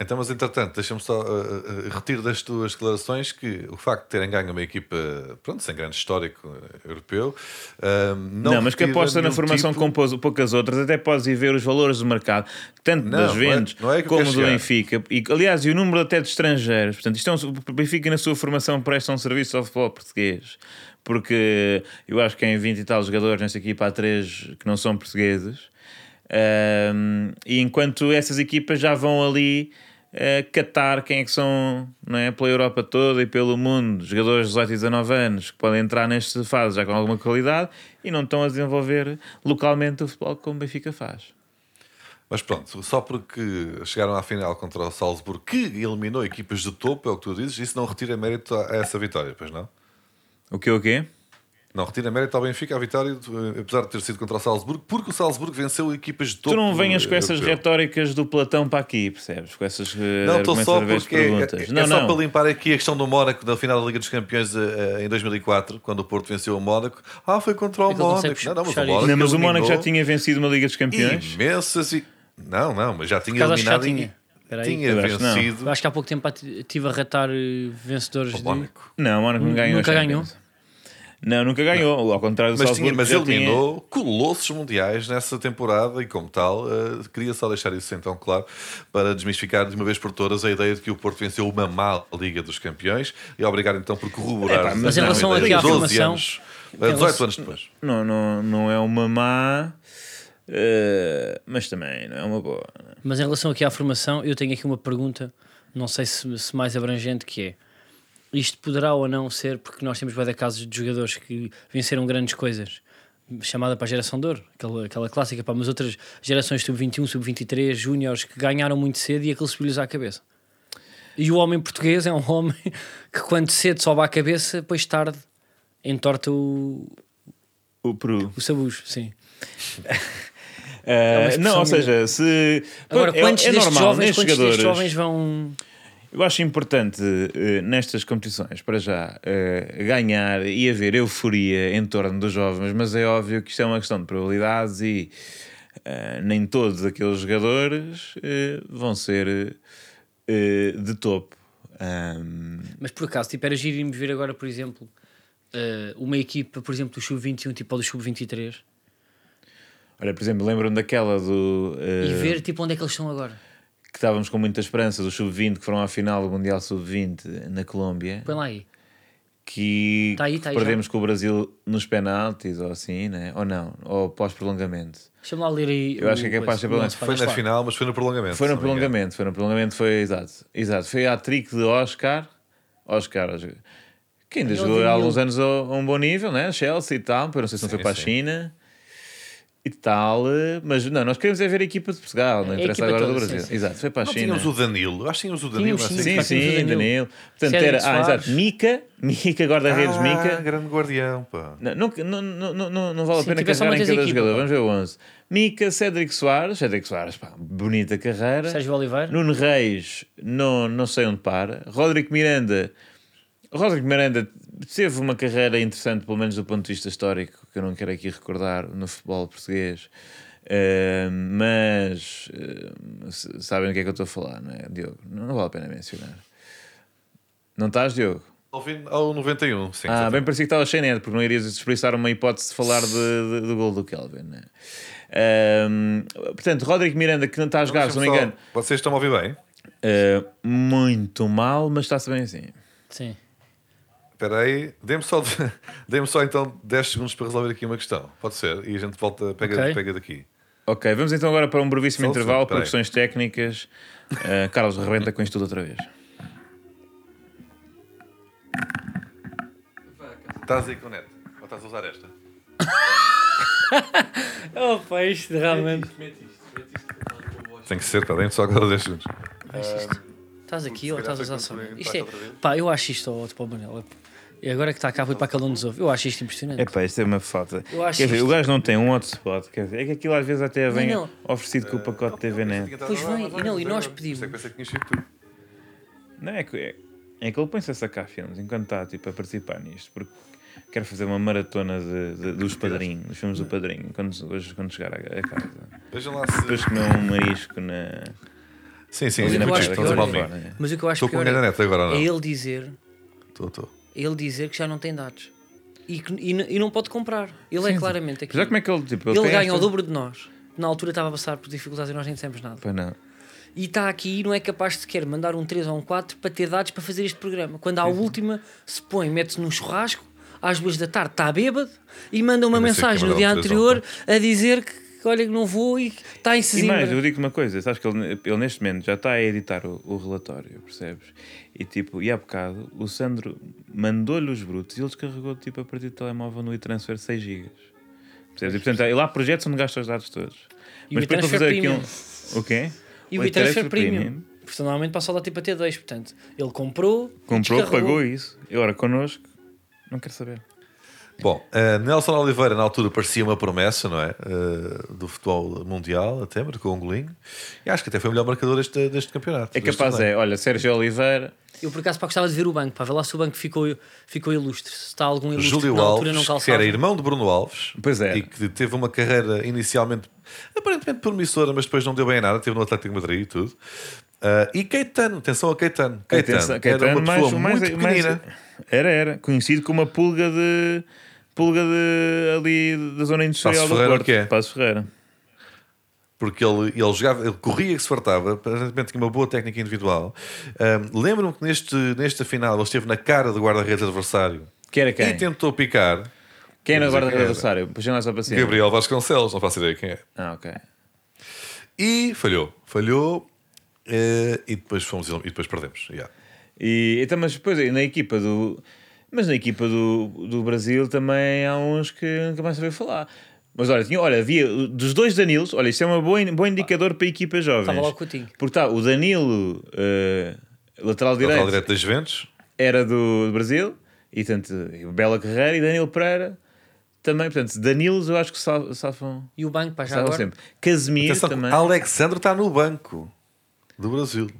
S2: Então, mas entretanto, deixa-me só eh, eh, retiro das tuas declarações que o facto de terem ganho uma equipa, pronto, sem grande histórico eh, europeu, ah, não,
S3: Não, mas que
S2: retira
S3: aposta na
S2: nenhum
S3: formação
S2: tipo-
S3: com pou- poucas outras, até podes ir ver os valores do mercado, tanto
S2: Não,
S3: das
S2: não é-
S3: vendas
S2: não é que eu
S3: como
S2: quero
S3: do
S2: chegar.
S3: Benfica. E, aliás, e o número até de estrangeiros. Portanto, isto é um, o Benfica na sua formação presta um serviço ao futebol português. Porque eu acho que em 20 e tal jogadores nesta equipa há 3 que não são portugueses. Ahm, e enquanto essas equipas já vão ali eh, catar quem é que são não é, pela Europa toda e pelo mundo, jogadores de 18 e 19 anos que podem entrar nesta fase já com alguma qualidade e não estão a desenvolver localmente o futebol como o Benfica faz.
S2: Mas pronto, só porque chegaram à final contra o Salzburgo, que eliminou equipas de topo, é o que tu dizes, isso não retira mérito a a essa vitória, pois não?
S3: O que é o quê?
S2: Não retira mérito ao Benfica a vitória, de- apesar de ter sido contra o Salzburgo, porque o Salzburgo venceu equipas de topo.
S3: Tu não venhas com essas
S2: europeu.
S3: retóricas do Platão para aqui, percebes? Com essas eh,
S2: Não, estou só
S3: argumentativas
S2: porque é,
S3: perguntas.
S2: é- é só para limpar aqui a questão do Mónaco na final da Liga dos Campeões eh, eh, em 2004, quando o Porto venceu o Mónaco. Ah, foi contra o
S1: Então não sei
S2: Mónaco. Não,
S1: puxar
S2: não, mas
S1: isso.
S2: o Mónaco,
S3: Não, mas o
S2: eliminou
S3: Mónaco já tinha vencido uma Liga dos Campeões.
S2: Imensas e... Não, não, mas já tinha
S1: acaso acho que já
S2: eliminado e-
S1: tinha. Espera aí.
S2: tinha
S3: Eu acho que não.
S2: vencido
S1: Eu acho que há pouco tempo estive a ratar eh, vencedores
S2: o
S1: de...
S2: Mónaco.
S3: Não, o Mónaco não ganhou.
S1: Nunca
S3: a
S1: ganhou?
S3: Champions. Não, nunca ganhou. Ao contrário do
S2: Mas,
S3: Salzburgo,
S2: tinha, mas
S3: que já
S2: eliminou colossos mundiais nessa temporada e, como tal, eh, queria só deixar isso então claro para desmistificar de uma vez por todas a ideia de que o Porto venceu uma má Liga dos Campeões e obrigado então por corroborar.
S3: Epá, mas
S2: essa
S3: em relação
S2: ideia.
S1: aqui à
S2: 12
S1: formação,
S2: anos, eh, 18 anos depois.
S3: Não, não, não é uma má, eh, mas também não é uma boa.
S1: Mas em relação aqui à formação, eu tenho aqui uma pergunta, não sei se, se mais abrangente, que é isto poderá ou não ser, porque nós temos vários casos de jogadores que venceram grandes coisas, chamada para a geração de ouro, aquela, aquela clássica, para mas outras gerações tipo sub-21, sub-23, júniores, que ganharam muito cedo e aquilo subiu-lhes à cabeça. E o homem português é um homem que quando cedo sobe à cabeça, depois tarde entorta o,
S3: O Peru.
S1: o sabujo, sim. É uma expressão
S3: Eh, não, ou seja, se.
S1: Agora,
S3: Pronto,
S1: quantos,
S3: é, é
S1: destes,
S3: normal,
S1: jovens,
S3: nestes
S1: quantos destes
S3: jogadores-
S1: jovens vão...
S3: Eu acho importante eh, nestas competições, para já, eh, ganhar e haver euforia em torno dos jovens, mas é óbvio que isto é uma questão de probabilidades e eh, nem todos aqueles jogadores eh, vão ser eh, de topo. Ahm,
S1: Mas por acaso, tipo, era giro irmos ver agora, por exemplo, eh, uma equipa, por exemplo, do Sub-21, tipo, ou do Sub-23,
S3: olha, por exemplo, lembram daquela do. eh,
S1: e ver, tipo, onde é que eles estão agora.
S3: que estávamos com muita esperança do Sub-20 que foram à final do Mundial Sub-20 na Colômbia
S1: Põe lá aí.
S3: que,
S1: Tá aí,
S3: que
S1: tá aí
S3: perdemos com o Brasil nos penaltis ou assim, né? ou não, ou pós-prolongamento.
S1: Deixa-me lá ler aí.
S3: Eu acho que é capaz de ser
S1: o nosso
S2: Foi
S1: pai,
S2: na
S1: mas lá.
S2: final, mas foi no prolongamento.
S3: Foi
S2: se
S3: no
S2: não me engano.
S3: prolongamento, foi no prolongamento, foi exato. Exato, foi a trick de Oscar. Oscar, Oscar. que ainda
S1: Ganhou
S3: jogou
S1: de
S3: há
S1: mil.
S3: alguns anos a, a um bom nível, né? Chelsea e tal, mas não sei se não foi para a
S2: sim.
S3: China e tal, eh, mas não, nós queremos é ver a equipa de Portugal, não
S1: A
S3: interessa
S1: equipa
S3: agora do
S1: toda,
S3: Brasil.
S1: sim, sim.
S3: Exato, foi para a
S2: Não
S3: China.
S2: tínhamos o Danilo, acho que tínhamos o Danilo.
S1: Tínhamos,
S2: assim,
S1: sim,
S3: Sim,
S1: Pá,
S3: sim,
S1: tínhamos o
S3: Danilo.
S1: Danilo.
S3: Portanto,
S1: Cédric
S3: era. Ah,
S1: Soares.
S3: exato. Mica, Mica, guarda-redes,
S2: ah,
S3: Mica.
S2: grande guardião, pá.
S3: Não, nunca- não, não, não, não, não vale a
S1: Sim,
S3: pena
S1: tivesse
S3: carregar
S1: uma
S3: em cada
S1: equipa,
S3: jogador.
S1: pá.
S3: Vamos ver o 11. Mica, Cédric Soares. Cédric Soares, pá, bonita carreira.
S1: Sérgio Oliveira.
S3: Nuno Reis, não, não sei onde para. Rodrigo Miranda. Rodrigo Miranda teve uma carreira interessante, pelo menos do ponto de vista histórico, que eu não quero aqui recordar, no futebol português. Eh, mas eh, s- sabem do que é que eu estou a falar, não é, Diogo? Não, não vale a pena mencionar. Não estás, Diogo?
S2: Ao, vin- ao 91, sim.
S3: Ah,
S2: exatamente.
S3: bem parecia que estava cheio net, porque não irias desperdiçar uma hipótese de falar de- de- do gol do Kelvin, né? Ahm, portanto, Rodrigo Miranda, que não está a jogar, se não me
S2: Deixa-me
S3: engano,
S2: só- Vocês estão a ouvir bem?
S3: ah, muito mal, mas está-se bem assim.
S1: Sim.
S2: Espera aí, dê-me só, dê só então 10 segundos para resolver aqui uma questão. Pode ser? E a gente volta, pega,
S1: Ok.
S2: pega daqui.
S3: Ok, vamos então agora para um brevíssimo
S2: Só um
S3: intervalo
S2: segundo,
S3: por
S2: peraí.
S3: questões técnicas. Ah, Carlos, rebenta com isto tudo outra vez.
S2: Estás aí com o neto? Ou estás a usar esta?
S1: Opa, isto realmente.
S2: Tem que ser, espera, dê-me só agora 10 segundos.
S1: Estás aqui ou
S2: se
S1: estás
S2: calhar
S1: a usar só.
S2: foi quando
S1: Isto é.
S2: entraste outra vez.
S1: Pá, eu acho isto, ó, tipo, ó, Manel. E agora que está cá, foi para aquele onde nos ouve. Eu acho isto impressionante.
S3: Epá, isto é uma falta.
S1: Eu acho
S3: Quer dizer,
S1: isto-
S3: o gajo não tem um hotspot. Quer dizer, é que aquilo às vezes até vem
S1: não.
S3: oferecido com o pacote TV net.
S1: Pois
S2: é
S1: bem, e não, e nós pedimos.
S2: Sei que pensei é que tinha sido tu.
S3: Não é que, é, é que ele põe-se a sacar filmes enquanto está tipo, a participar nisto, porque quero fazer uma maratona de, de- dos padrinhos, dos filmes do padrinho, quando, hoje quando chegar a, a casa.
S2: Vejam lá se.
S3: Depois comer um marisco na.
S2: Sim, sim,
S1: Mas
S2: sim.
S1: eu acho
S2: Estás
S1: pior
S2: a falar
S1: é-
S2: de mim.
S3: Fora,
S1: Mas o que eu acho
S2: Estou
S1: pior
S2: com o ganho da
S1: é,
S2: neta agora,
S1: é
S2: não?
S1: ele dizer,
S2: Estou, estou.
S1: ele dizer que já não tem dados. E, que- e, n- e não pode comprar. Ele é claramente aqui.
S3: Apesar como é que ele. Tipo,
S1: Ele
S3: tem
S1: ganha
S3: esta-
S1: o dobro de nós. Na altura estava a passar por dificuldades e nós nem dissemos nada.
S3: Pois não.
S1: E está aqui e não é capaz sequer mandar um 3 ou um 4 para ter dados para fazer este programa. Quando à última se põe, mete-se num churrasco, às duas da tarde está bêbado e manda uma
S2: Eu nem sei
S1: mensagem
S2: que
S1: no dia
S2: mandar um 3 ou um
S1: anterior a dizer que que olha que não vou e que está em
S3: E mais,
S1: Sesimbra.
S3: eu digo uma coisa, sabes que ele, ele neste momento já está a editar o, o relatório, percebes? E tipo, e há bocado o Sandro mandou-lhe os brutos e ele descarregou tipo a partir do telemóvel no e-transfer 6 GB. Percebes? E portanto, ele há projetos onde gasta os dados todos.
S1: E o
S3: depois para
S1: e-transfer
S3: um. O quê?
S1: E o e-transfer é Premium. Porque normalmente passa lá tipo a T2, portanto, ele comprou,
S3: Comprou,
S1: descarregou.
S3: pagou isso. E agora connosco, não quero saber.
S2: Bom, eh, Nelson Oliveira na altura parecia uma promessa, não é? Eh, do futebol mundial, até marcou um golinho. E acho que até foi o melhor marcador deste, deste campeonato.
S3: É
S2: deste
S3: capaz,
S2: torneio.
S3: é. Olha, Sérgio Oliveira,
S1: Eu por acaso pá, gostava de ver o banco, para ver lá se o banco ficou, ficou ilustre. Se está algum ilustre
S2: Júlio
S1: que na altura não
S2: Alves, que
S1: calçava.
S2: era irmão de Bruno Alves
S3: Pois é.
S2: e que teve uma carreira inicialmente aparentemente promissora, mas depois não deu bem a nada, teve no Atlético de Madrid e tudo. Ah, e Caetano, atenção ao Caetano. Caetano,
S3: Atenção,
S2: era uma pessoa
S3: mais- um,
S2: muito
S3: mais-
S2: pequenina.
S3: era, era. Conhecido como uma pulga de. Pulga de, ali da zona industrial
S2: Passos
S3: do
S2: Ferreira,
S3: Porto.
S2: o que é?
S3: Passos Ferreira.
S2: porque ele, ele jogava, ele corria que se fartava, aparentemente tinha uma boa técnica individual. Ahm, Lembro-me que neste, nesta final ele esteve na cara do guarda-redes adversário
S3: Que era
S2: e um
S3: quem?
S2: tentou picar
S3: Quem era o
S2: Vou dizer
S3: guarda
S2: quem era.
S3: adversário? Puxem lá só para cima.
S2: Gabriel Vasconcelos, não faço ideia quem é.
S3: Ah, ok.
S2: E falhou, falhou eh, e depois fomos e depois perdemos. Yeah.
S3: E, então, mas depois aí, na equipa do. Mas na equipa do, do Brasil também há uns que nunca mais sabia falar. Mas olha, tinha, olha, havia dos dois Danilos. Olha, isto é um bom, bom indicador para equipas jovens.
S1: Estava lá o Coutinho.
S3: Porque está o Danilo, eh, lateral
S2: Lateral
S3: direito,
S2: direto das Juventus,
S3: era do, do Brasil, e tanto e o Bela Guerreiro e Danilo Pereira também. Portanto, Danilos eu acho que sal- safam,
S1: E o banco, pá, já
S3: safam
S1: agora.
S3: sempre. Casemiro
S2: Atenção, um
S3: também.
S2: Alexandre está no banco do Brasil.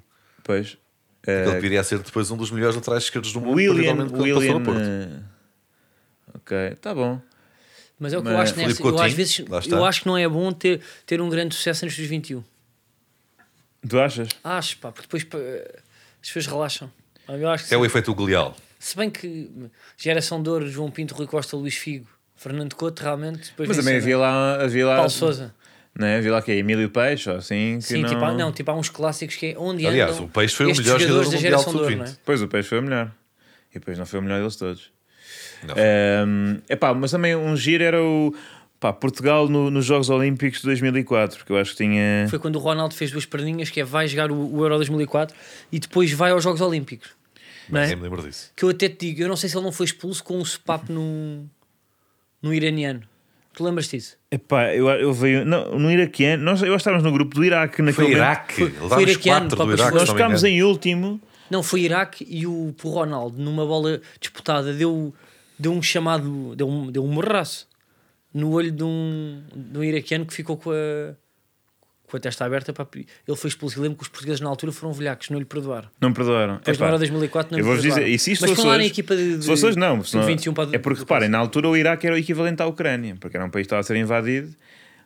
S3: Pois.
S2: Ele
S3: Eh,
S2: viria a ser depois um dos melhores laterais esquerdos do mundo,
S3: William.
S2: particularmente quando passou
S3: William
S2: no Porto.
S3: eh, ok, tá bom.
S1: Mas é o que
S3: Mas
S1: eu acho
S2: Filipe
S1: nesta, eu às
S2: Coutinho,
S1: vezes
S2: lá está.
S1: eu acho que não é bom ter, ter um grande sucesso antes dos 21.
S3: Tu achas?
S1: Acho, pá, porque depois pá, as pessoas relaxam. Eu acho que
S2: É o efeito Golial.
S1: se bem que geração de ouro, João Pinto, Rui Costa, Luís Figo, Fernando Couto, realmente, depois
S3: Mas
S1: disso,
S3: também
S1: é,
S3: havia lá. Havia lá
S1: Paulo Sousa.
S3: Né? Havia lá que é Emílio Peixe ou assim. Que
S1: Sim,
S3: não...
S1: tipo, há, não, tipo, há uns clássicos que é onde
S2: Aliás,
S1: andam
S2: o Peixe foi um o
S1: estes
S2: melhor
S1: jogadores da
S2: jogador mundial
S1: geração de ouro,
S2: sub-vinte.
S1: não é?
S3: Pois o Peixe foi o melhor. E depois não foi o melhor deles todos.
S2: Não.
S3: Ehm, epá, mas também um giro era o. Pá, Portugal no- nos Jogos Olímpicos de 2004, que eu acho que tinha.
S1: é? Foi quando o Ronaldo fez duas perninhas, que é vai jogar o, o Euro 2004 e depois vai aos Jogos Olímpicos. Não é?
S2: Nem me lembro disso.
S1: Que eu até te digo, eu não sei se ele não foi expulso com um sopapo num, num iraniano. Tu lembras disso?
S3: Epá, eu, eu veio. Não, no iraquiano. Nós, eu acho que estávamos no grupo do Iraque naquele
S2: Foi
S3: momento.
S2: Iraque.
S1: foi
S2: Levámos
S1: iraquiano,
S2: quatro
S1: pá,
S2: do
S1: pois
S2: Iraque.
S1: foi.
S2: se
S3: Nós
S2: não me
S3: ficámos
S2: engano.
S3: em último.
S1: Não, foi Iraque e o, o Ronaldo, numa bola disputada, deu, deu um chamado, deu um, deu um morraço no olho de um, de um iraquiano que ficou com a, com a testa aberta. Para... Ele foi expulso. E lembro que os portugueses na altura foram velhacos, não lhe perdoaram.
S3: Não me perdoaram.
S1: Depois
S3: Epá,
S1: na hora 2004 não
S3: eu
S1: lhe
S3: vou-vos
S1: perdoaram.
S3: dizer, e se isto
S1: Mas
S3: fosse
S1: foram lá na
S3: hoje-
S1: equipa de, de
S3: Se fosse hoje, não. senão-
S1: 21 para
S3: é porque, reparem, na altura o Iraque era o equivalente à Ucrânia, porque era um país que estava a ser invadido,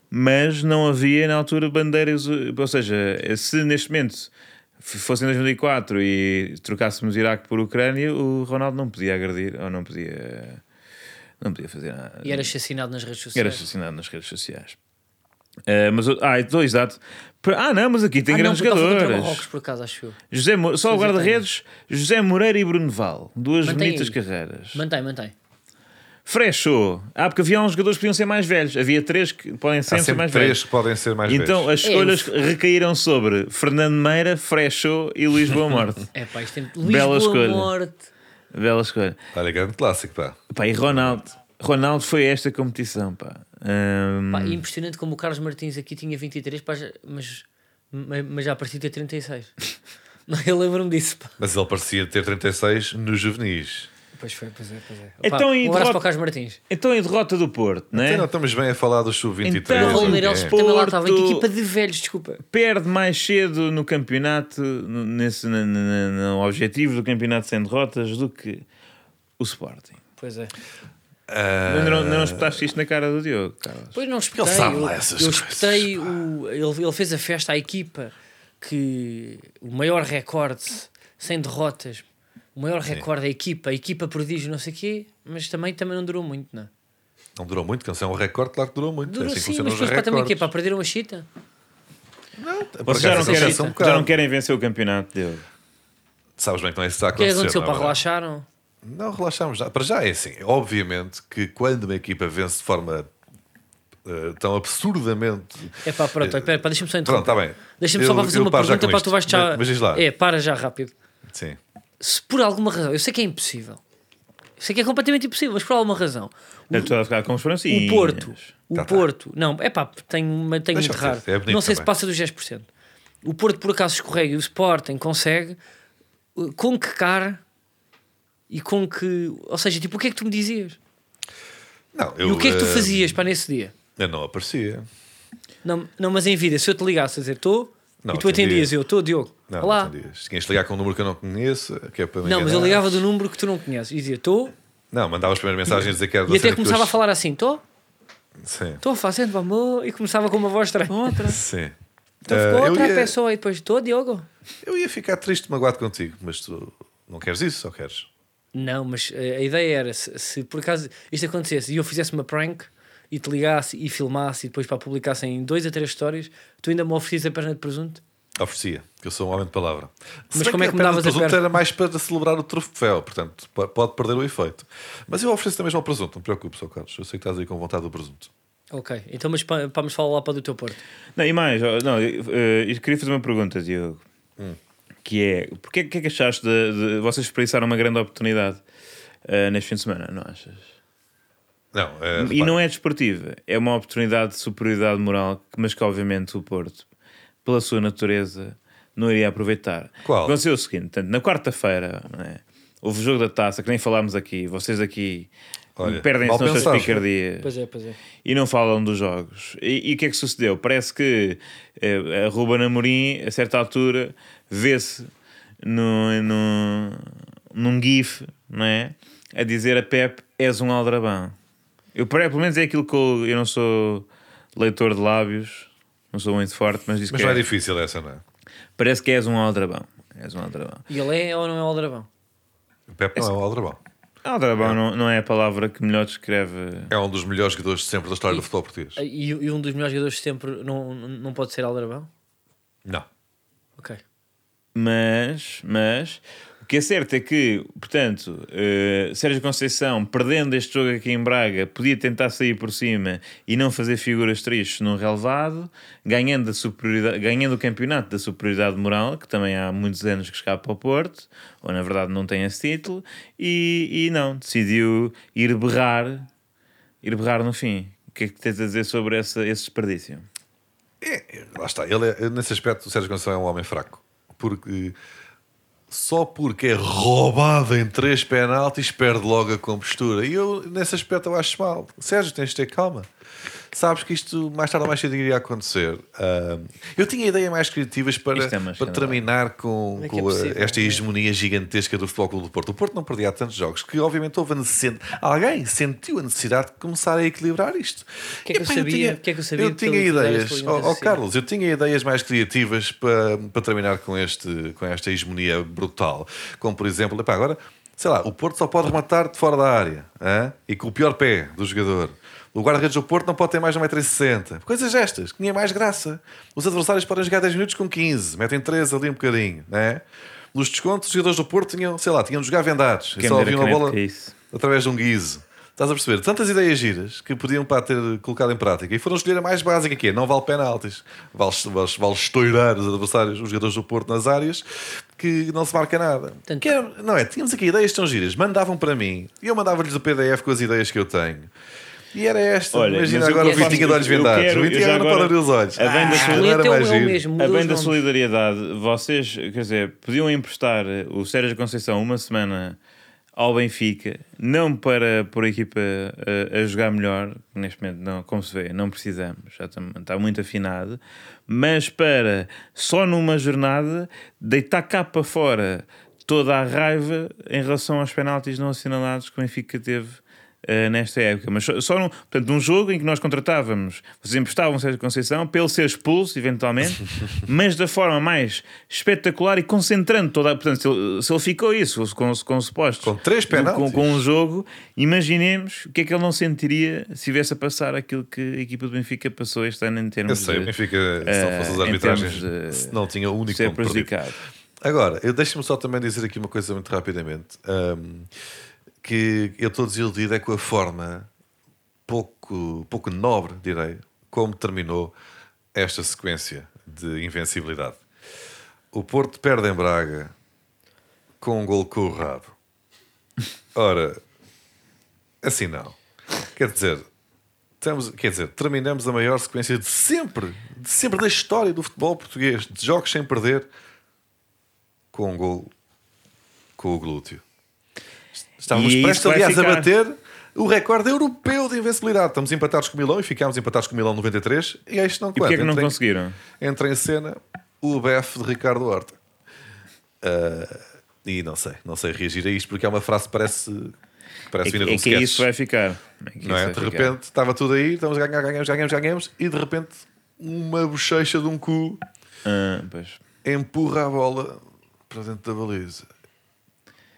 S3: mas não havia na altura bandeiras. Ou seja, se neste momento f- fosse em 2004 e trocássemos Iraque por Ucrânia, o Ronaldo não podia agredir ou não podia. Não podia fazer nada.
S1: E era assassinado nas redes
S3: Era
S1: sociais.
S3: assassinado nas redes sociais. Ah, mas, o- ah, então, exato. Per- Ah, não, mas aqui tem
S1: Ah, não,
S3: grandes
S1: porque ele foi contra
S3: jogadores.
S1: Marrocos, por acaso, acho eu.
S3: José Mo- só o
S1: José
S3: guarda-redes, José Moreira e Bruno Val. Duas
S1: Mantém
S3: bonitas
S1: aí.
S3: carreiras.
S1: Mantém, mantém.
S3: Freshou. Ah, porque havia uns jogadores que podiam ser mais velhos. Havia três que podem
S2: Há
S3: sempre, ser
S2: sempre
S3: mais
S2: três
S3: velhos.
S2: que podem ser mais
S3: Então
S2: velhos.
S3: as
S1: É
S3: escolhas recaíram sobre Fernando Meira, Freshou e Luís Boa Morte.
S1: É pá, isto tem.
S3: Bela
S1: Luís Boa
S3: escolha.
S1: Morte.
S3: Bela escolha.
S2: Olha, grande clássico, pá.
S3: Pá, e Ronaldo. Ronaldo foi esta competição, pá. Hum,
S1: Pá, impressionante como o Carlos Martins aqui tinha 23, pá, já- mas, ma- mas já parecia ter 36. Mas eu lembro-me disso. Pá.
S2: Mas ele parecia ter 36 nos juvenis.
S1: Pois foi, pois é, pois é.
S3: Então, e
S1: um abraço
S3: derrota-
S1: para o Carlos Martins.
S3: Então em derrota do Porto, né?
S2: Então não estamos bem a falar do sub-23.
S3: Então,
S1: O
S3: Sim,
S1: Leireiro
S3: é.
S1: também lá estava. Que
S3: Porto-
S1: equipa de velhos, desculpa.
S3: Perde mais cedo no campeonato, no- nesse, no, no- no objetivo do campeonato sem derrotas, do que o Sporting.
S1: Pois é.
S2: Ah,
S3: Ainda não, ainda não espetaste isto na cara do Diogo, Carlos.
S1: Pois não espetei.
S2: Ele sabe
S1: eu,
S2: lá essas
S1: eu
S2: coisas,
S1: espetei o, ele, ele fez a festa à equipa que o maior recorde sem derrotas, o maior recorde da equipa, a equipa prodígio, não sei o quê, mas também, também não durou muito, não. é?
S2: Não durou muito, que é um recorde, claro que durou muito.
S1: Durou
S2: é assim que
S1: sim, mas
S2: funcionam os
S1: depois para também o quê?
S2: recordes.
S1: Para perder uma chita? é
S2: Por
S3: Vocês já não,
S2: acaso,
S3: querem,
S2: essa é um
S3: já
S2: bocado.
S3: não querem vencer o campeonato, Diogo.
S2: Sabes bem que não é isso que está a
S1: O que é
S2: acontecer.
S1: que aconteceu?
S2: não é
S1: Para
S2: verdade?
S1: relaxaram?
S2: Não, relaxamos. já. Para já é assim. Obviamente que quando uma equipa vence de forma eh, tão absurdamente.
S1: É pá, pronto, espera, pá, deixa-me só
S2: Eh,
S1: interromper.
S2: Pronto, está bem.
S1: Então, Deixa-me
S2: Eu-
S1: só para fazer
S2: eu
S1: uma
S2: paro já
S1: pergunta
S2: com
S1: para
S2: isto.
S1: tu vais já.
S2: Mas, mas diz lá.
S1: É, para já rápido.
S2: Sim.
S1: Se por alguma razão, eu sei que é impossível, eu sei que é completamente impossível, mas por alguma razão,
S3: Eu estou a É ficar com os
S1: o
S3: francinhos.
S1: Porto, o
S2: Tá, tá.
S1: Porto, não, é pá, tenho, uma- tenho muito
S2: Deixa eu ver,
S1: raro,
S2: é bonito
S1: não sei se
S2: também.
S1: passa dos 10%. O Porto por acaso escorrega e o Sporting consegue, uh, com que cara e com que. Ou seja, tipo, o que é que tu me dizias?
S2: Não,
S1: E
S2: eu,
S1: o que é que tu
S2: eh,
S1: fazias para nesse dia?
S2: Eu não aparecia.
S1: Não, não, mas em vida, se eu te ligasse a dizer estou,
S2: Não,
S1: e tu
S2: atendias.
S1: atendias, eu estou, Diogo,
S2: Não,
S1: olá.
S2: não entendias. Tinhas de ligar com um número que eu não conheço, que é para me
S1: Não, mas eu
S2: enganar.
S1: ligava do número que tu não conheces e dizia estou,
S2: Não, mandavas primeiro mensagem a dizer que era da
S1: e até
S2: cena que tu
S1: começava a
S2: és-
S1: falar assim: estou,
S2: Sim.
S1: estou fazendo amor, e começava com uma voz estranha. Outra.
S2: Sim.
S1: Então
S2: Eh,
S1: ficou
S2: eu,
S1: outra
S2: ia,
S1: pessoa e depois estou, Diogo.
S2: eu ia ficar triste, magoado contigo, mas tu não queres isso, só queres.
S1: Não, mas eh, a ideia era se, se por acaso isto acontecesse e eu fizesse uma prank e te ligasse e filmasse e depois para publicasse em dois a três histórias, tu ainda me oferecias a perna de presunto?
S2: Oferecia, que eu sou um homem de palavra.
S1: Mas como é que me
S2: a perna
S1: davas
S2: de
S1: a
S2: presunto
S1: perna?
S2: era mais para celebrar o troféu, portanto, po- pode perder o efeito. Mas eu ofereço também ao presunto, não te preocupes, Sr. Carlos. Eu sei que estás aí com vontade do presunto.
S1: Ok, então mas para, para nos falar lá para do teu Porto.
S2: É.
S3: Não, e mais, ó, não, eu, eh, eu queria fazer uma pergunta, Diogo.
S1: Hum.
S3: Que é, porque é que é que achaste de, de- vocês desperdiçaram uma grande oportunidade eh, neste fim de semana, não achas?
S2: Não, eh,
S3: E
S2: repara,
S3: não é desportiva, é uma oportunidade de superioridade moral, mas que obviamente o Porto, pela sua natureza, não iria aproveitar.
S2: Qual?
S3: Aconteceu o seguinte: portanto, na quarta-feira não é? houve o jogo da taça, que nem falámos aqui, vocês aqui
S2: Olha, mal
S3: perdem-se nas suas
S2: pensaste. né?
S3: picardias
S1: Pois é, pois é.
S3: e não falam dos jogos. E, e o que é que sucedeu? Parece que eh, a Ruben Amorim, a certa altura, vê-se no, no, num gif, não é? A dizer a Pep, és um aldrabão. Eu, pare- pelo menos é aquilo que eu, eu não sou leitor de lábios, não sou muito forte, mas disse
S2: Mas
S3: que
S2: não é
S3: é.
S2: difícil essa, não é?
S3: parece que és um aldrabão. És um aldrabão.
S1: E ele é ou não é o Aldrabão?
S2: O Pepe não é um aldrabão.
S3: Aldrabão não, não é a palavra que melhor descreve.
S2: É um dos melhores jogadores de sempre da história
S1: E-
S2: do futebol português.
S1: E, e um dos melhores jogadores de sempre não, não pode ser Aldrabão?
S2: Não.
S1: Ok.
S3: Mas, mas o que é certo é que, portanto, eh, Sérgio Conceição, perdendo este jogo aqui em Braga, podia tentar sair por cima e não fazer figuras tristes num relevado, ganhando, a superioridade, ganhando o campeonato da superioridade moral, que também há muitos anos que escapa ao Porto, ou na verdade não tem esse título, e, e não, decidiu ir berrar, ir berrar no fim. O que é que tens a dizer sobre essa, esse desperdício?
S2: É, é, lá está. Ele é- nesse aspecto, o Sérgio Conceição é um homem fraco. Porque só porque é roubado em três penaltis, perde logo a compostura. E eu, nesse aspecto, eu acho mal. Sérgio, tens de ter calma. sabes que isto mais tarde ou mais cedo iria acontecer. Ah, eu tinha ideias mais criativas para,
S3: Isto é uma
S2: para
S3: escandalada.
S2: terminar com,
S1: Como é que é
S2: com a-
S1: possível?
S2: esta hegemonia gigantesca do Futebol Clube do Porto. O Porto não perdia há tantos jogos que, obviamente, houve a necessidade. Alguém sentiu a necessidade de começar a equilibrar isto. O
S1: que é que eu sabia?
S2: tinha,
S1: O que é que eu sabia
S2: eu
S1: de
S2: tinha
S1: todas- todas
S2: ideias.
S1: estas
S2: Ó ó,
S1: alimentações?
S2: Carlos, eu tinha ideias mais criativas para, para terminar com, este, com esta hegemonia brutal. Como, por exemplo, epá, agora, sei lá, o Porto só pode rematar de fora da área hã? e com o pior pé do jogador. O guarda-redes do Porto não pode ter mais de 1,60m. Coisas estas, que tinha mais graça. Os adversários podem jogar 10 minutos com 15, metem 3 ali um bocadinho, né? Nos descontos, os jogadores do Porto tinham, sei lá, tinham de jogar vendados. E
S3: Quem
S2: só
S3: me dera
S2: haviam a
S3: que na
S2: bola
S3: época isso.
S2: através de um guiso. Estás a perceber? Tantas ideias giras que podiam para ter colocado em prática e foram escolher a mais básica que é não vale penaltis, vale, vale, vale estourar os adversários, os jogadores do Porto nas áreas que não se marca nada.
S1: Portanto-
S2: Que era- não é? Tínhamos aqui ideias tão giras, mandavam para mim e eu mandava-lhes o PDF com as ideias que eu tenho. E era esta,
S3: Olha,
S2: imagina
S3: mas eu
S2: agora o
S3: quero-
S2: Vitinha de olhos
S3: eu quero-
S2: vendados. O
S3: eu
S2: Vitinha
S3: já
S2: agora não pode
S3: agora-
S2: abrir os olhos.
S3: a banda
S2: Ah,
S3: soleta
S2: não era
S1: é o-
S2: mais
S1: é o
S2: giro.
S1: mesmo.
S3: A
S1: Mudou os
S3: banda
S1: nomes.
S3: Solidariedade, vocês, quer dizer, podiam emprestar o Sérgio Conceição uma semana ao Benfica, não para pôr a equipa eh, a, a jogar melhor, que neste momento, não, como se vê, não precisamos, já tam- está muito afinado, mas para só numa jornada deitar cá para fora toda a raiva em relação aos penaltis não assinalados que o Benfica teve eh, nesta época, mas só, só num, portanto, num jogo em que nós contratávamos, vocês emprestavam o Sérgio Conceição para ele ser expulso, eventualmente, mas da forma mais espetacular e concentrando toda a. Portanto, se ele, se ele ficou isso, com, com supostos.
S2: Com três
S3: do-
S2: penaltis.
S3: Com, com um jogo, imaginemos o que é que ele não sentiria se tivesse a passar aquilo que a equipa do Benfica passou este ano em termos
S2: Eu sei, o
S3: de
S2: Benfica, é um se não
S3: eh,
S2: fossem as
S3: em
S2: arbitragens,
S3: termos de-
S2: se não tinha o único
S3: ser
S2: ponto perdido.
S3: prejudicado.
S2: Agora, eu deixo-me só também dizer aqui uma coisa muito rapidamente. hum, que eu estou desiludido é com a forma pouco, pouco nobre, direi, como terminou esta sequência de invencibilidade. O Porto perde em Braga com um gol com o rabo. Ora, assim não. Quer dizer, estamos, quer dizer, terminamos a maior sequência de sempre, de sempre da história do futebol português, de jogos sem perder, com um gol com o glúteo. Estávamos
S3: E isso
S2: prestes,
S3: vai
S2: aliás, a
S3: ficar.
S2: bater o recorde europeu de invencibilidade. Estamos empatados com o Milão e ficámos empatados com o Milão 93. E isto não
S3: E porquê é que não
S2: Entra em-
S3: conseguiram?
S2: entra em cena o BF de Ricardo Horta. Ah, e não sei, não sei reagir a isto porque é uma frase que parece, que parece
S3: É que,
S2: vinda de um
S3: é que
S2: sketch.
S3: isso vai ficar. É que isso
S2: não é?
S3: vai
S2: De
S3: ficar.
S2: repente estava tudo aí, estamos a ganhar, ganhamos, ganhamos, ganhamos, e de repente uma bochecha de um cu
S3: Ah, pois.
S2: empurra a bola para dentro da baliza.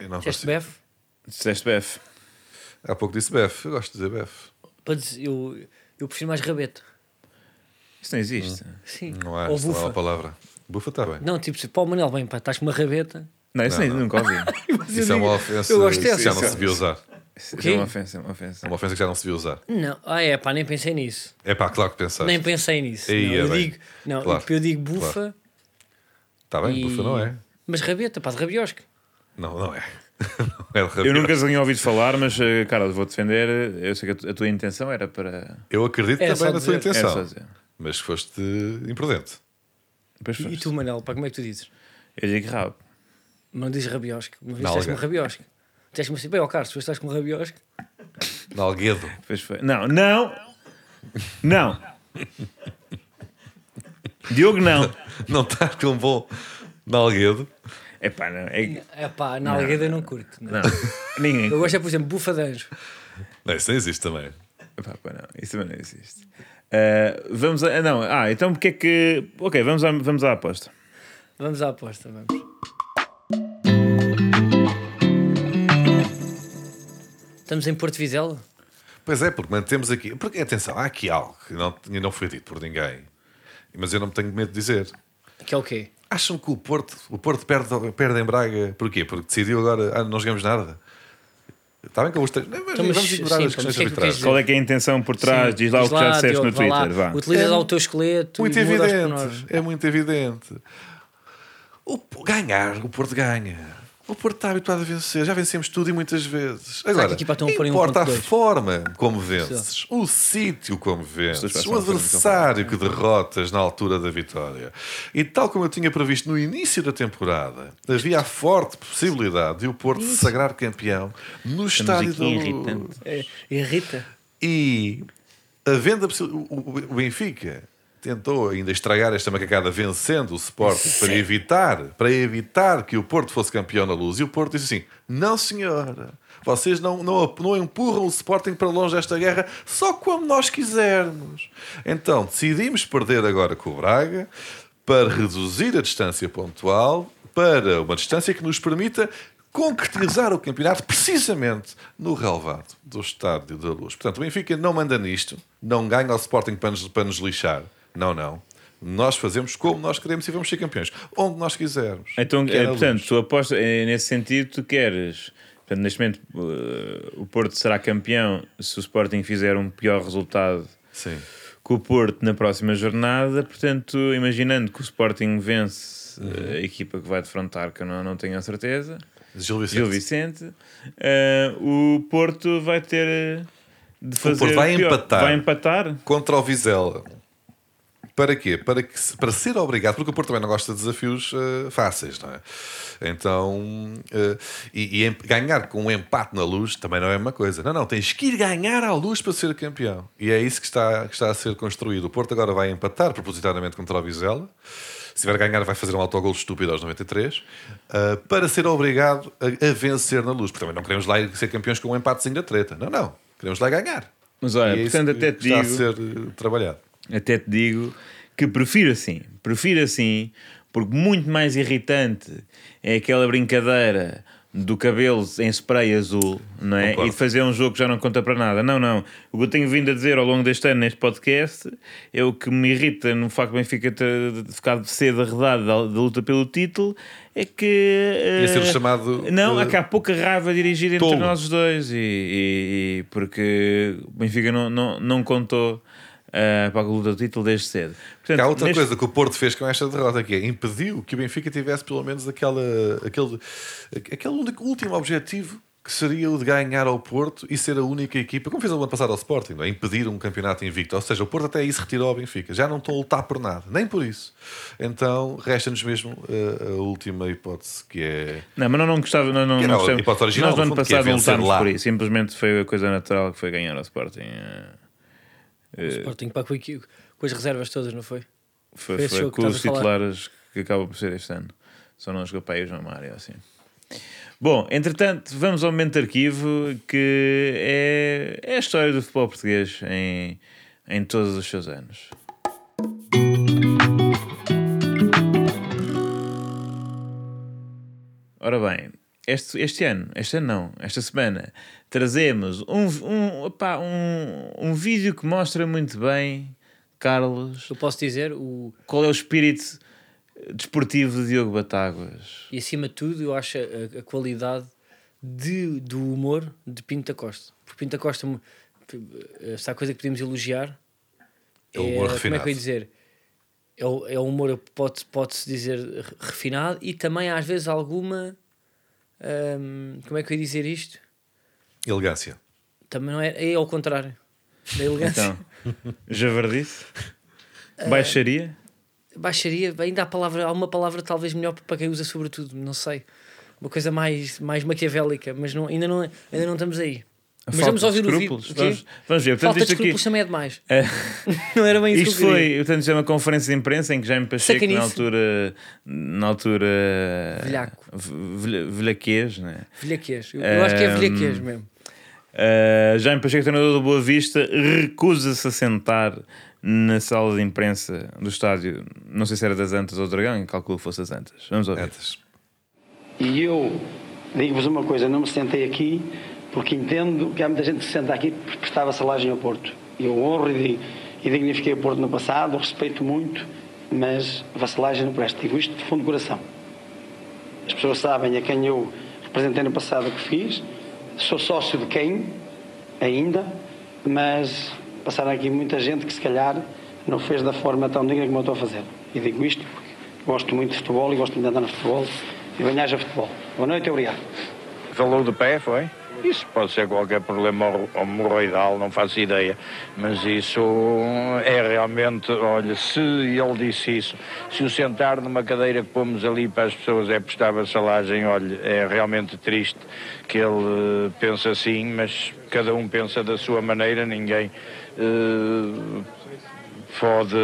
S2: Eu não
S1: Disseste
S2: consigo.
S1: BF?
S3: Disseste BF.
S2: Há pouco disse BF, eu gosto de dizer BF.
S1: Para dizer, eu, eu prefiro mais rabeta.
S3: Isso não existe.
S2: Hum.
S1: Sim.
S2: Não há,
S1: Ou
S2: isso não é há
S1: bufa.
S2: uma palavra. Bufa está bem.
S1: Não, tipo, se para o Manel, bem, pá, estás com uma rabeta.
S3: Não, isso nem, nunca ouvi.
S1: Mas eu
S2: Isso é
S1: digo-
S2: uma ofensa
S1: Eu gosto
S2: que já
S1: dessa.
S2: não se devia usar.
S3: Isso
S1: quê?
S3: é uma ofensa, é uma ofensa.
S2: É uma ofensa que já não se devia usar.
S1: Não, ah, é, pá, nem pensei nisso.
S2: É pá, claro que pensaste.
S1: Nem pensei nisso.
S2: Aí
S1: não,
S2: é
S1: eu
S2: bem.
S1: digo, não,
S2: Claro.
S1: eu digo bufa.
S2: Está bem,
S1: e-
S2: bufa não é.
S1: Mas rabeta, pá, de rabiosca.
S2: Não, não é. Não é de rabiar.
S3: Eu nunca tinha ouvido falar, mas, eh, cara, vou defender. eh, Eu sei que a tu- a tua intenção era para.
S2: Eu acredito
S1: Era
S2: também
S1: É só
S2: na sua
S1: dizer-
S3: Era
S2: intenção.
S3: só dizer.
S2: Mas foste imprudente.
S3: Depois
S1: E,
S3: foste.
S1: tu, Manel, pá, como é que tu dizes?
S3: Eu digo rabo.
S1: Mas Não dizes rabiosca. Uma vez
S2: Nalga.
S1: disseste-me rabiosca. Disseste-me assim, bem, ó Carlos, tu estás com rabiosca.
S2: Nalguedo.
S3: Depois foi. Não, não! Não! Diogo, não!
S2: Não estás com um bom nalguedo.
S3: É pá, não. É... que-
S1: É pá, na algueda eu não curto. não.
S3: Não. Ninguém.
S1: Eu gosto é, por exemplo, bufa de anjo.
S2: Não, isso não existe também.
S3: Epá, pá, não, isso também não existe. Ah, vamos a. Não, ah, então porque é que. Ok, vamos à, vamos à aposta.
S1: Vamos à aposta, vamos. Estamos em Porto Vizela?
S2: Pois é, porque mantemos aqui. Porque atenção, há aqui algo que não, que não foi dito por ninguém. Mas eu não me tenho medo de dizer.
S1: Que é o quê?
S2: Acham que o Porto, o Porto perde, perde em Braga? Porquê? Porque decidiu agora, ah, não jogamos nada. Está bem com os três. Não, mas
S1: Então, mas-
S2: vamos ignorar
S1: sim,
S2: as
S1: pá, mas
S2: questões
S1: o que é que tu queres
S2: arbitrais.
S1: dizer?
S3: Qual é que é a intenção por trás?
S1: Sim,
S3: diz lá o que já disseste
S1: Diogo,
S3: no Twitter.
S1: lá,
S3: Vá.
S1: Utiliza lá o teu esqueleto.
S2: Hum. Muito
S1: e muda os pormenores.
S2: evidente, é muito evidente. O, P- ganhar, o Porto ganha. O Porto está habituado a vencer, já vencemos tudo e muitas vezes. Agora,
S1: que a equipa um estão a pôr em
S2: importa a
S1: 1.2?
S2: forma como vences, o sítio como vences,
S3: passam
S2: o
S3: à frente,
S2: adversário que derrotas na altura da vitória. E tal como eu tinha previsto no início da temporada, havia a forte possibilidade de o Porto se sagrar campeão no
S3: Estamos
S2: estádio
S3: aqui
S2: do...
S3: irritante.
S1: É, irrita.
S2: E havendo a possi- o, o- o Benfica tentou ainda estragar esta macacada vencendo o Sporting para evitar, para evitar que o Porto fosse campeão na luz. E o Porto disse assim: não, senhora. Vocês não, não, não empurram o Sporting para longe desta guerra só como nós quisermos. Então, decidimos perder agora com o Braga para reduzir a distância pontual para uma distância que nos permita concretizar o campeonato precisamente no relevado do Estádio da Luz. Portanto, o Benfica não manda nisto, não ganha ao Sporting para nos, para nos lixar. Não, não. Nós fazemos como nós queremos e vamos ser campeões, onde nós quisermos.
S3: Então,
S2: Que é
S3: eh,
S2: na
S3: portanto,
S2: Luz.
S3: tu aposta eh, nesse sentido, tu queres. Portanto, neste momento, eh, o Porto será campeão se o Sporting fizer um pior resultado
S2: Sim.
S3: com o Porto na próxima jornada. Portanto, imaginando que o Sporting vence eh, a equipa que vai defrontar, que eu não, não tenho a certeza,
S2: Gil Vicente.
S3: Gil Vicente, eh, o Porto vai ter eh, de fazer.
S2: Porto vai
S3: pior.
S2: empatar.
S3: Vai empatar.
S2: Contra o Vizela. Para quê? Para, que, se- para ser obrigado, porque o Porto também não gosta de desafios eh, fáceis, não é? Então, eh, e, e em- ganhar com um empate na luz também não é uma coisa. Não, não, tens que ir ganhar à luz para ser campeão. E é isso que está, que está a ser construído. O Porto agora vai empatar propositadamente contra o Vizela. Se tiver a ganhar, vai fazer um autogol estúpido aos 93 eh, para ser obrigado a, a vencer na luz. Porque também não queremos lá ir ser campeões com um empatezinho da treta. Não, não. Queremos lá ganhar.
S3: Mas olha,
S2: E é isso
S3: portanto,
S2: que
S3: até te
S2: está
S3: digo.
S2: a ser eh, trabalhado.
S3: Até te digo que prefiro assim, prefiro assim, porque muito mais irritante é aquela brincadeira do cabelo em spray azul, não é?
S2: Concordo.
S3: E de fazer um jogo que já não conta para nada. Não, não. O que eu tenho vindo a dizer ao longo deste ano neste podcast é o que me irrita no facto do Benfica ter de ficar cedo arredado da, da luta pelo título, é que... eh,
S2: Ia ser chamado,
S3: Não,
S2: eh,
S3: há cá pouca raiva dirigida entre
S2: tolo.
S3: nós os dois e, e- e porque o Benfica não, não, não contou ah, para a luta do título desde cedo. Portanto,
S2: Há outra
S3: neste-
S2: coisa que o Porto fez com esta derrota que é impediu que o Benfica tivesse pelo menos aquela, aquele, aquele único- último objetivo que seria o de ganhar ao Porto e ser a única equipa, como fez o ano passado ao Sporting, não é? impedir um campeonato invicto. Ou seja, o Porto até aí se retirou ao Benfica. Já não estão a lutar por nada, nem por isso. Então resta-nos mesmo eh, a última hipótese que é.
S3: Não, mas nós não gostávamos. Nós, não,
S2: Que era
S3: não
S2: a
S3: gostávamos.
S2: hipótese original,
S3: nós no
S2: no
S3: ano
S2: fundo, que é
S3: passado não
S2: vencer
S3: lutámos
S2: lá.
S3: por isso. Simplesmente foi a coisa natural que foi ganhar ao Sporting. ah,
S1: O Sporting pá, com, equi- com as reservas todas, não foi? Foi
S3: Foi, foi,
S1: esse jogo que
S3: com os
S1: estás a falar.
S3: titulares que acaba por ser este ano. Só não jogou para aí o João Mário, assim. Bom, entretanto, vamos ao momento de arquivo que é, é a história do futebol português em, em todos os seus anos. Ora bem, este, este ano, este ano não, esta semana, trazemos um, um, opá, um, um vídeo que mostra muito bem, Carlos,
S1: Eu posso dizer, o...
S3: qual é o espírito desportivo de Diogo Batáguas.
S1: e acima de tudo, eu acho a, a qualidade de, do humor de Pinto da Costa. Porque Pinto da Costa, me- esta coisa que podemos elogiar
S2: É o humor
S1: como é
S2: refinado.
S1: que eu ia dizer? É o, é o humor, pode- pode-se dizer, re- refinado e também às vezes alguma. hum, como é que eu ia dizer isto?
S2: Elegância.
S1: Também não é. É ao contrário. Da elegância.
S3: Então, javardice?
S1: Eh,
S3: Baixaria?
S1: baixaria, ainda há, palavra, há uma palavra talvez melhor para quem usa sobretudo, não sei. Uma coisa mais, mais maquiavélica, mas não, ainda, não, ainda não estamos aí. Mas
S3: Falta
S1: vamos
S3: de
S1: ouvir o vídeo.
S3: escrúpulos?
S1: o quê?
S3: Vamos, vamos ver. Portanto,
S1: Falta de
S3: isto aqui,
S1: escrúpulos também é demais. não era bem isso
S3: Isto
S1: que eu queria.
S3: foi, portanto, isto é uma conferência de imprensa em que Jaime Pacheco, na
S1: Sacanice.
S3: altura, na altura
S1: Velhaco.
S3: ve- velha- velhaquez, né?
S1: Vilhaquês. Eu, eu acho que é
S2: Eh,
S3: Ahm,
S1: vilhaquês mesmo.
S3: Uh, Jaime Pacheco, treinador do Boa Vista, recusa-se a sentar na sala de imprensa do estádio. Não sei se era das Antas ou do Dragão, calculo que fosse das Antas. Vamos ouvir.
S2: Antes.
S4: E eu digo-vos uma coisa, não me sentei aqui porque entendo que há muita gente que se senta aqui porque prestava salagem ao Porto. Eu honro e, di- e dignifiquei o Porto no passado, o respeito muito, mas vassalagem não presta. Digo isto de fundo do coração. As pessoas sabem a quem eu representei no passado o que fiz, sou sócio de quem ainda, mas passaram aqui muita gente que se calhar não fez da forma tão digna como eu estou a fazer. E digo isto porque gosto muito de futebol e gosto muito de andar no futebol e bem haja futebol. Boa noite, obrigado.
S5: Valor do pé, foi? Isso pode ser qualquer problema hor- hemorroidal, não faço ideia. Mas isso é realmente, olha, se ele disse isso, se o sentar numa cadeira que pomos ali para as pessoas é prestar vassalagem, olha, é realmente triste que ele eh, pense assim, mas cada um pensa da sua maneira, ninguém eh, pode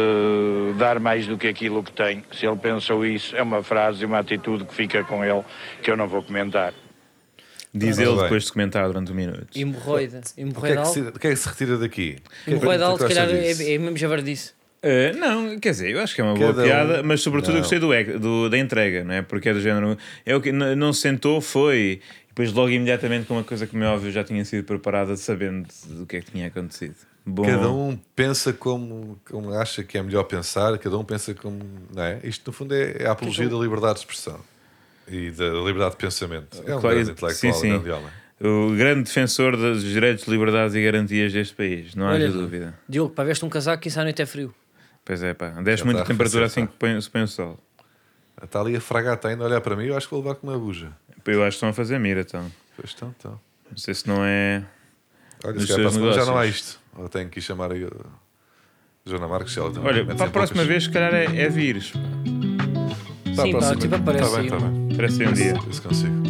S5: dar mais do que aquilo que tem. Se ele pensou isso, é uma frase e uma atitude que fica com ele que eu não vou comentar.
S3: Diz
S2: Tá
S3: ele
S2: bem.
S3: depois de comentar durante um minuto.
S1: Hemorroida.
S2: O é que, é que
S1: Hemorroidal.
S2: se, o que é que se retira daqui? O que é que-
S1: Hemorroidal,
S2: o que é
S1: se
S2: que tu
S1: calhar,
S2: achas
S1: é,
S2: disso?
S1: é mesmo javardice.
S3: Uh, não, quer dizer, eu acho que é uma
S2: Cada
S3: boa piada,
S2: um-
S3: mas sobretudo
S2: Não.
S3: eu gostei do, ec- do- da entrega, não é? Porque é do género. É o que n- não se sentou, foi. E depois logo imediatamente com uma coisa que, como é óbvio, já tinha sido preparada, sabendo do que é que tinha acontecido. Bom,
S2: Cada um pensa como, como acha que é melhor pensar, cada um pensa como. Não é? Isto, no fundo, é, é a apologia da liberdade de expressão e da liberdade de pensamento. É um
S3: Claro,
S2: grande intelectual,
S3: sim, sim.
S2: um grande homem.
S3: o grande defensor dos direitos, liberdades e garantias deste país, não haja
S1: Olha,
S3: dúvida.
S1: Diogo, para veste um casaco que isso à noite é frio.
S3: Pois é, pá, desce
S2: Já
S3: muito
S2: está
S3: a
S2: a
S3: temperatura
S2: arrefecer,
S3: assim que põe- se põe o sol.
S2: Está ali a fragata ainda a olhar para mim, eu acho que vou levar com uma buja.
S3: Eu acho que estão a fazer mira, então.
S2: Pois estão, estão.
S3: Não sei se não é.
S2: Olha, se
S3: Nos
S2: calhar para a
S3: seus
S2: segunda já não há
S3: negócios.
S2: isto. Ou tenho que ir chamar a Joana Marques. Ela também
S3: Olha,
S2: mete
S3: para a
S2: sempre
S3: próxima
S2: poucas-
S3: vez, se calhar é, é vírus.
S2: Tá,
S1: Sim, pá,
S2: próxima.
S1: tipo, aparece
S2: Tá bem,
S1: aí
S2: tá
S1: um-
S2: bem.
S3: Parece ser um dia.
S2: Isso consigo.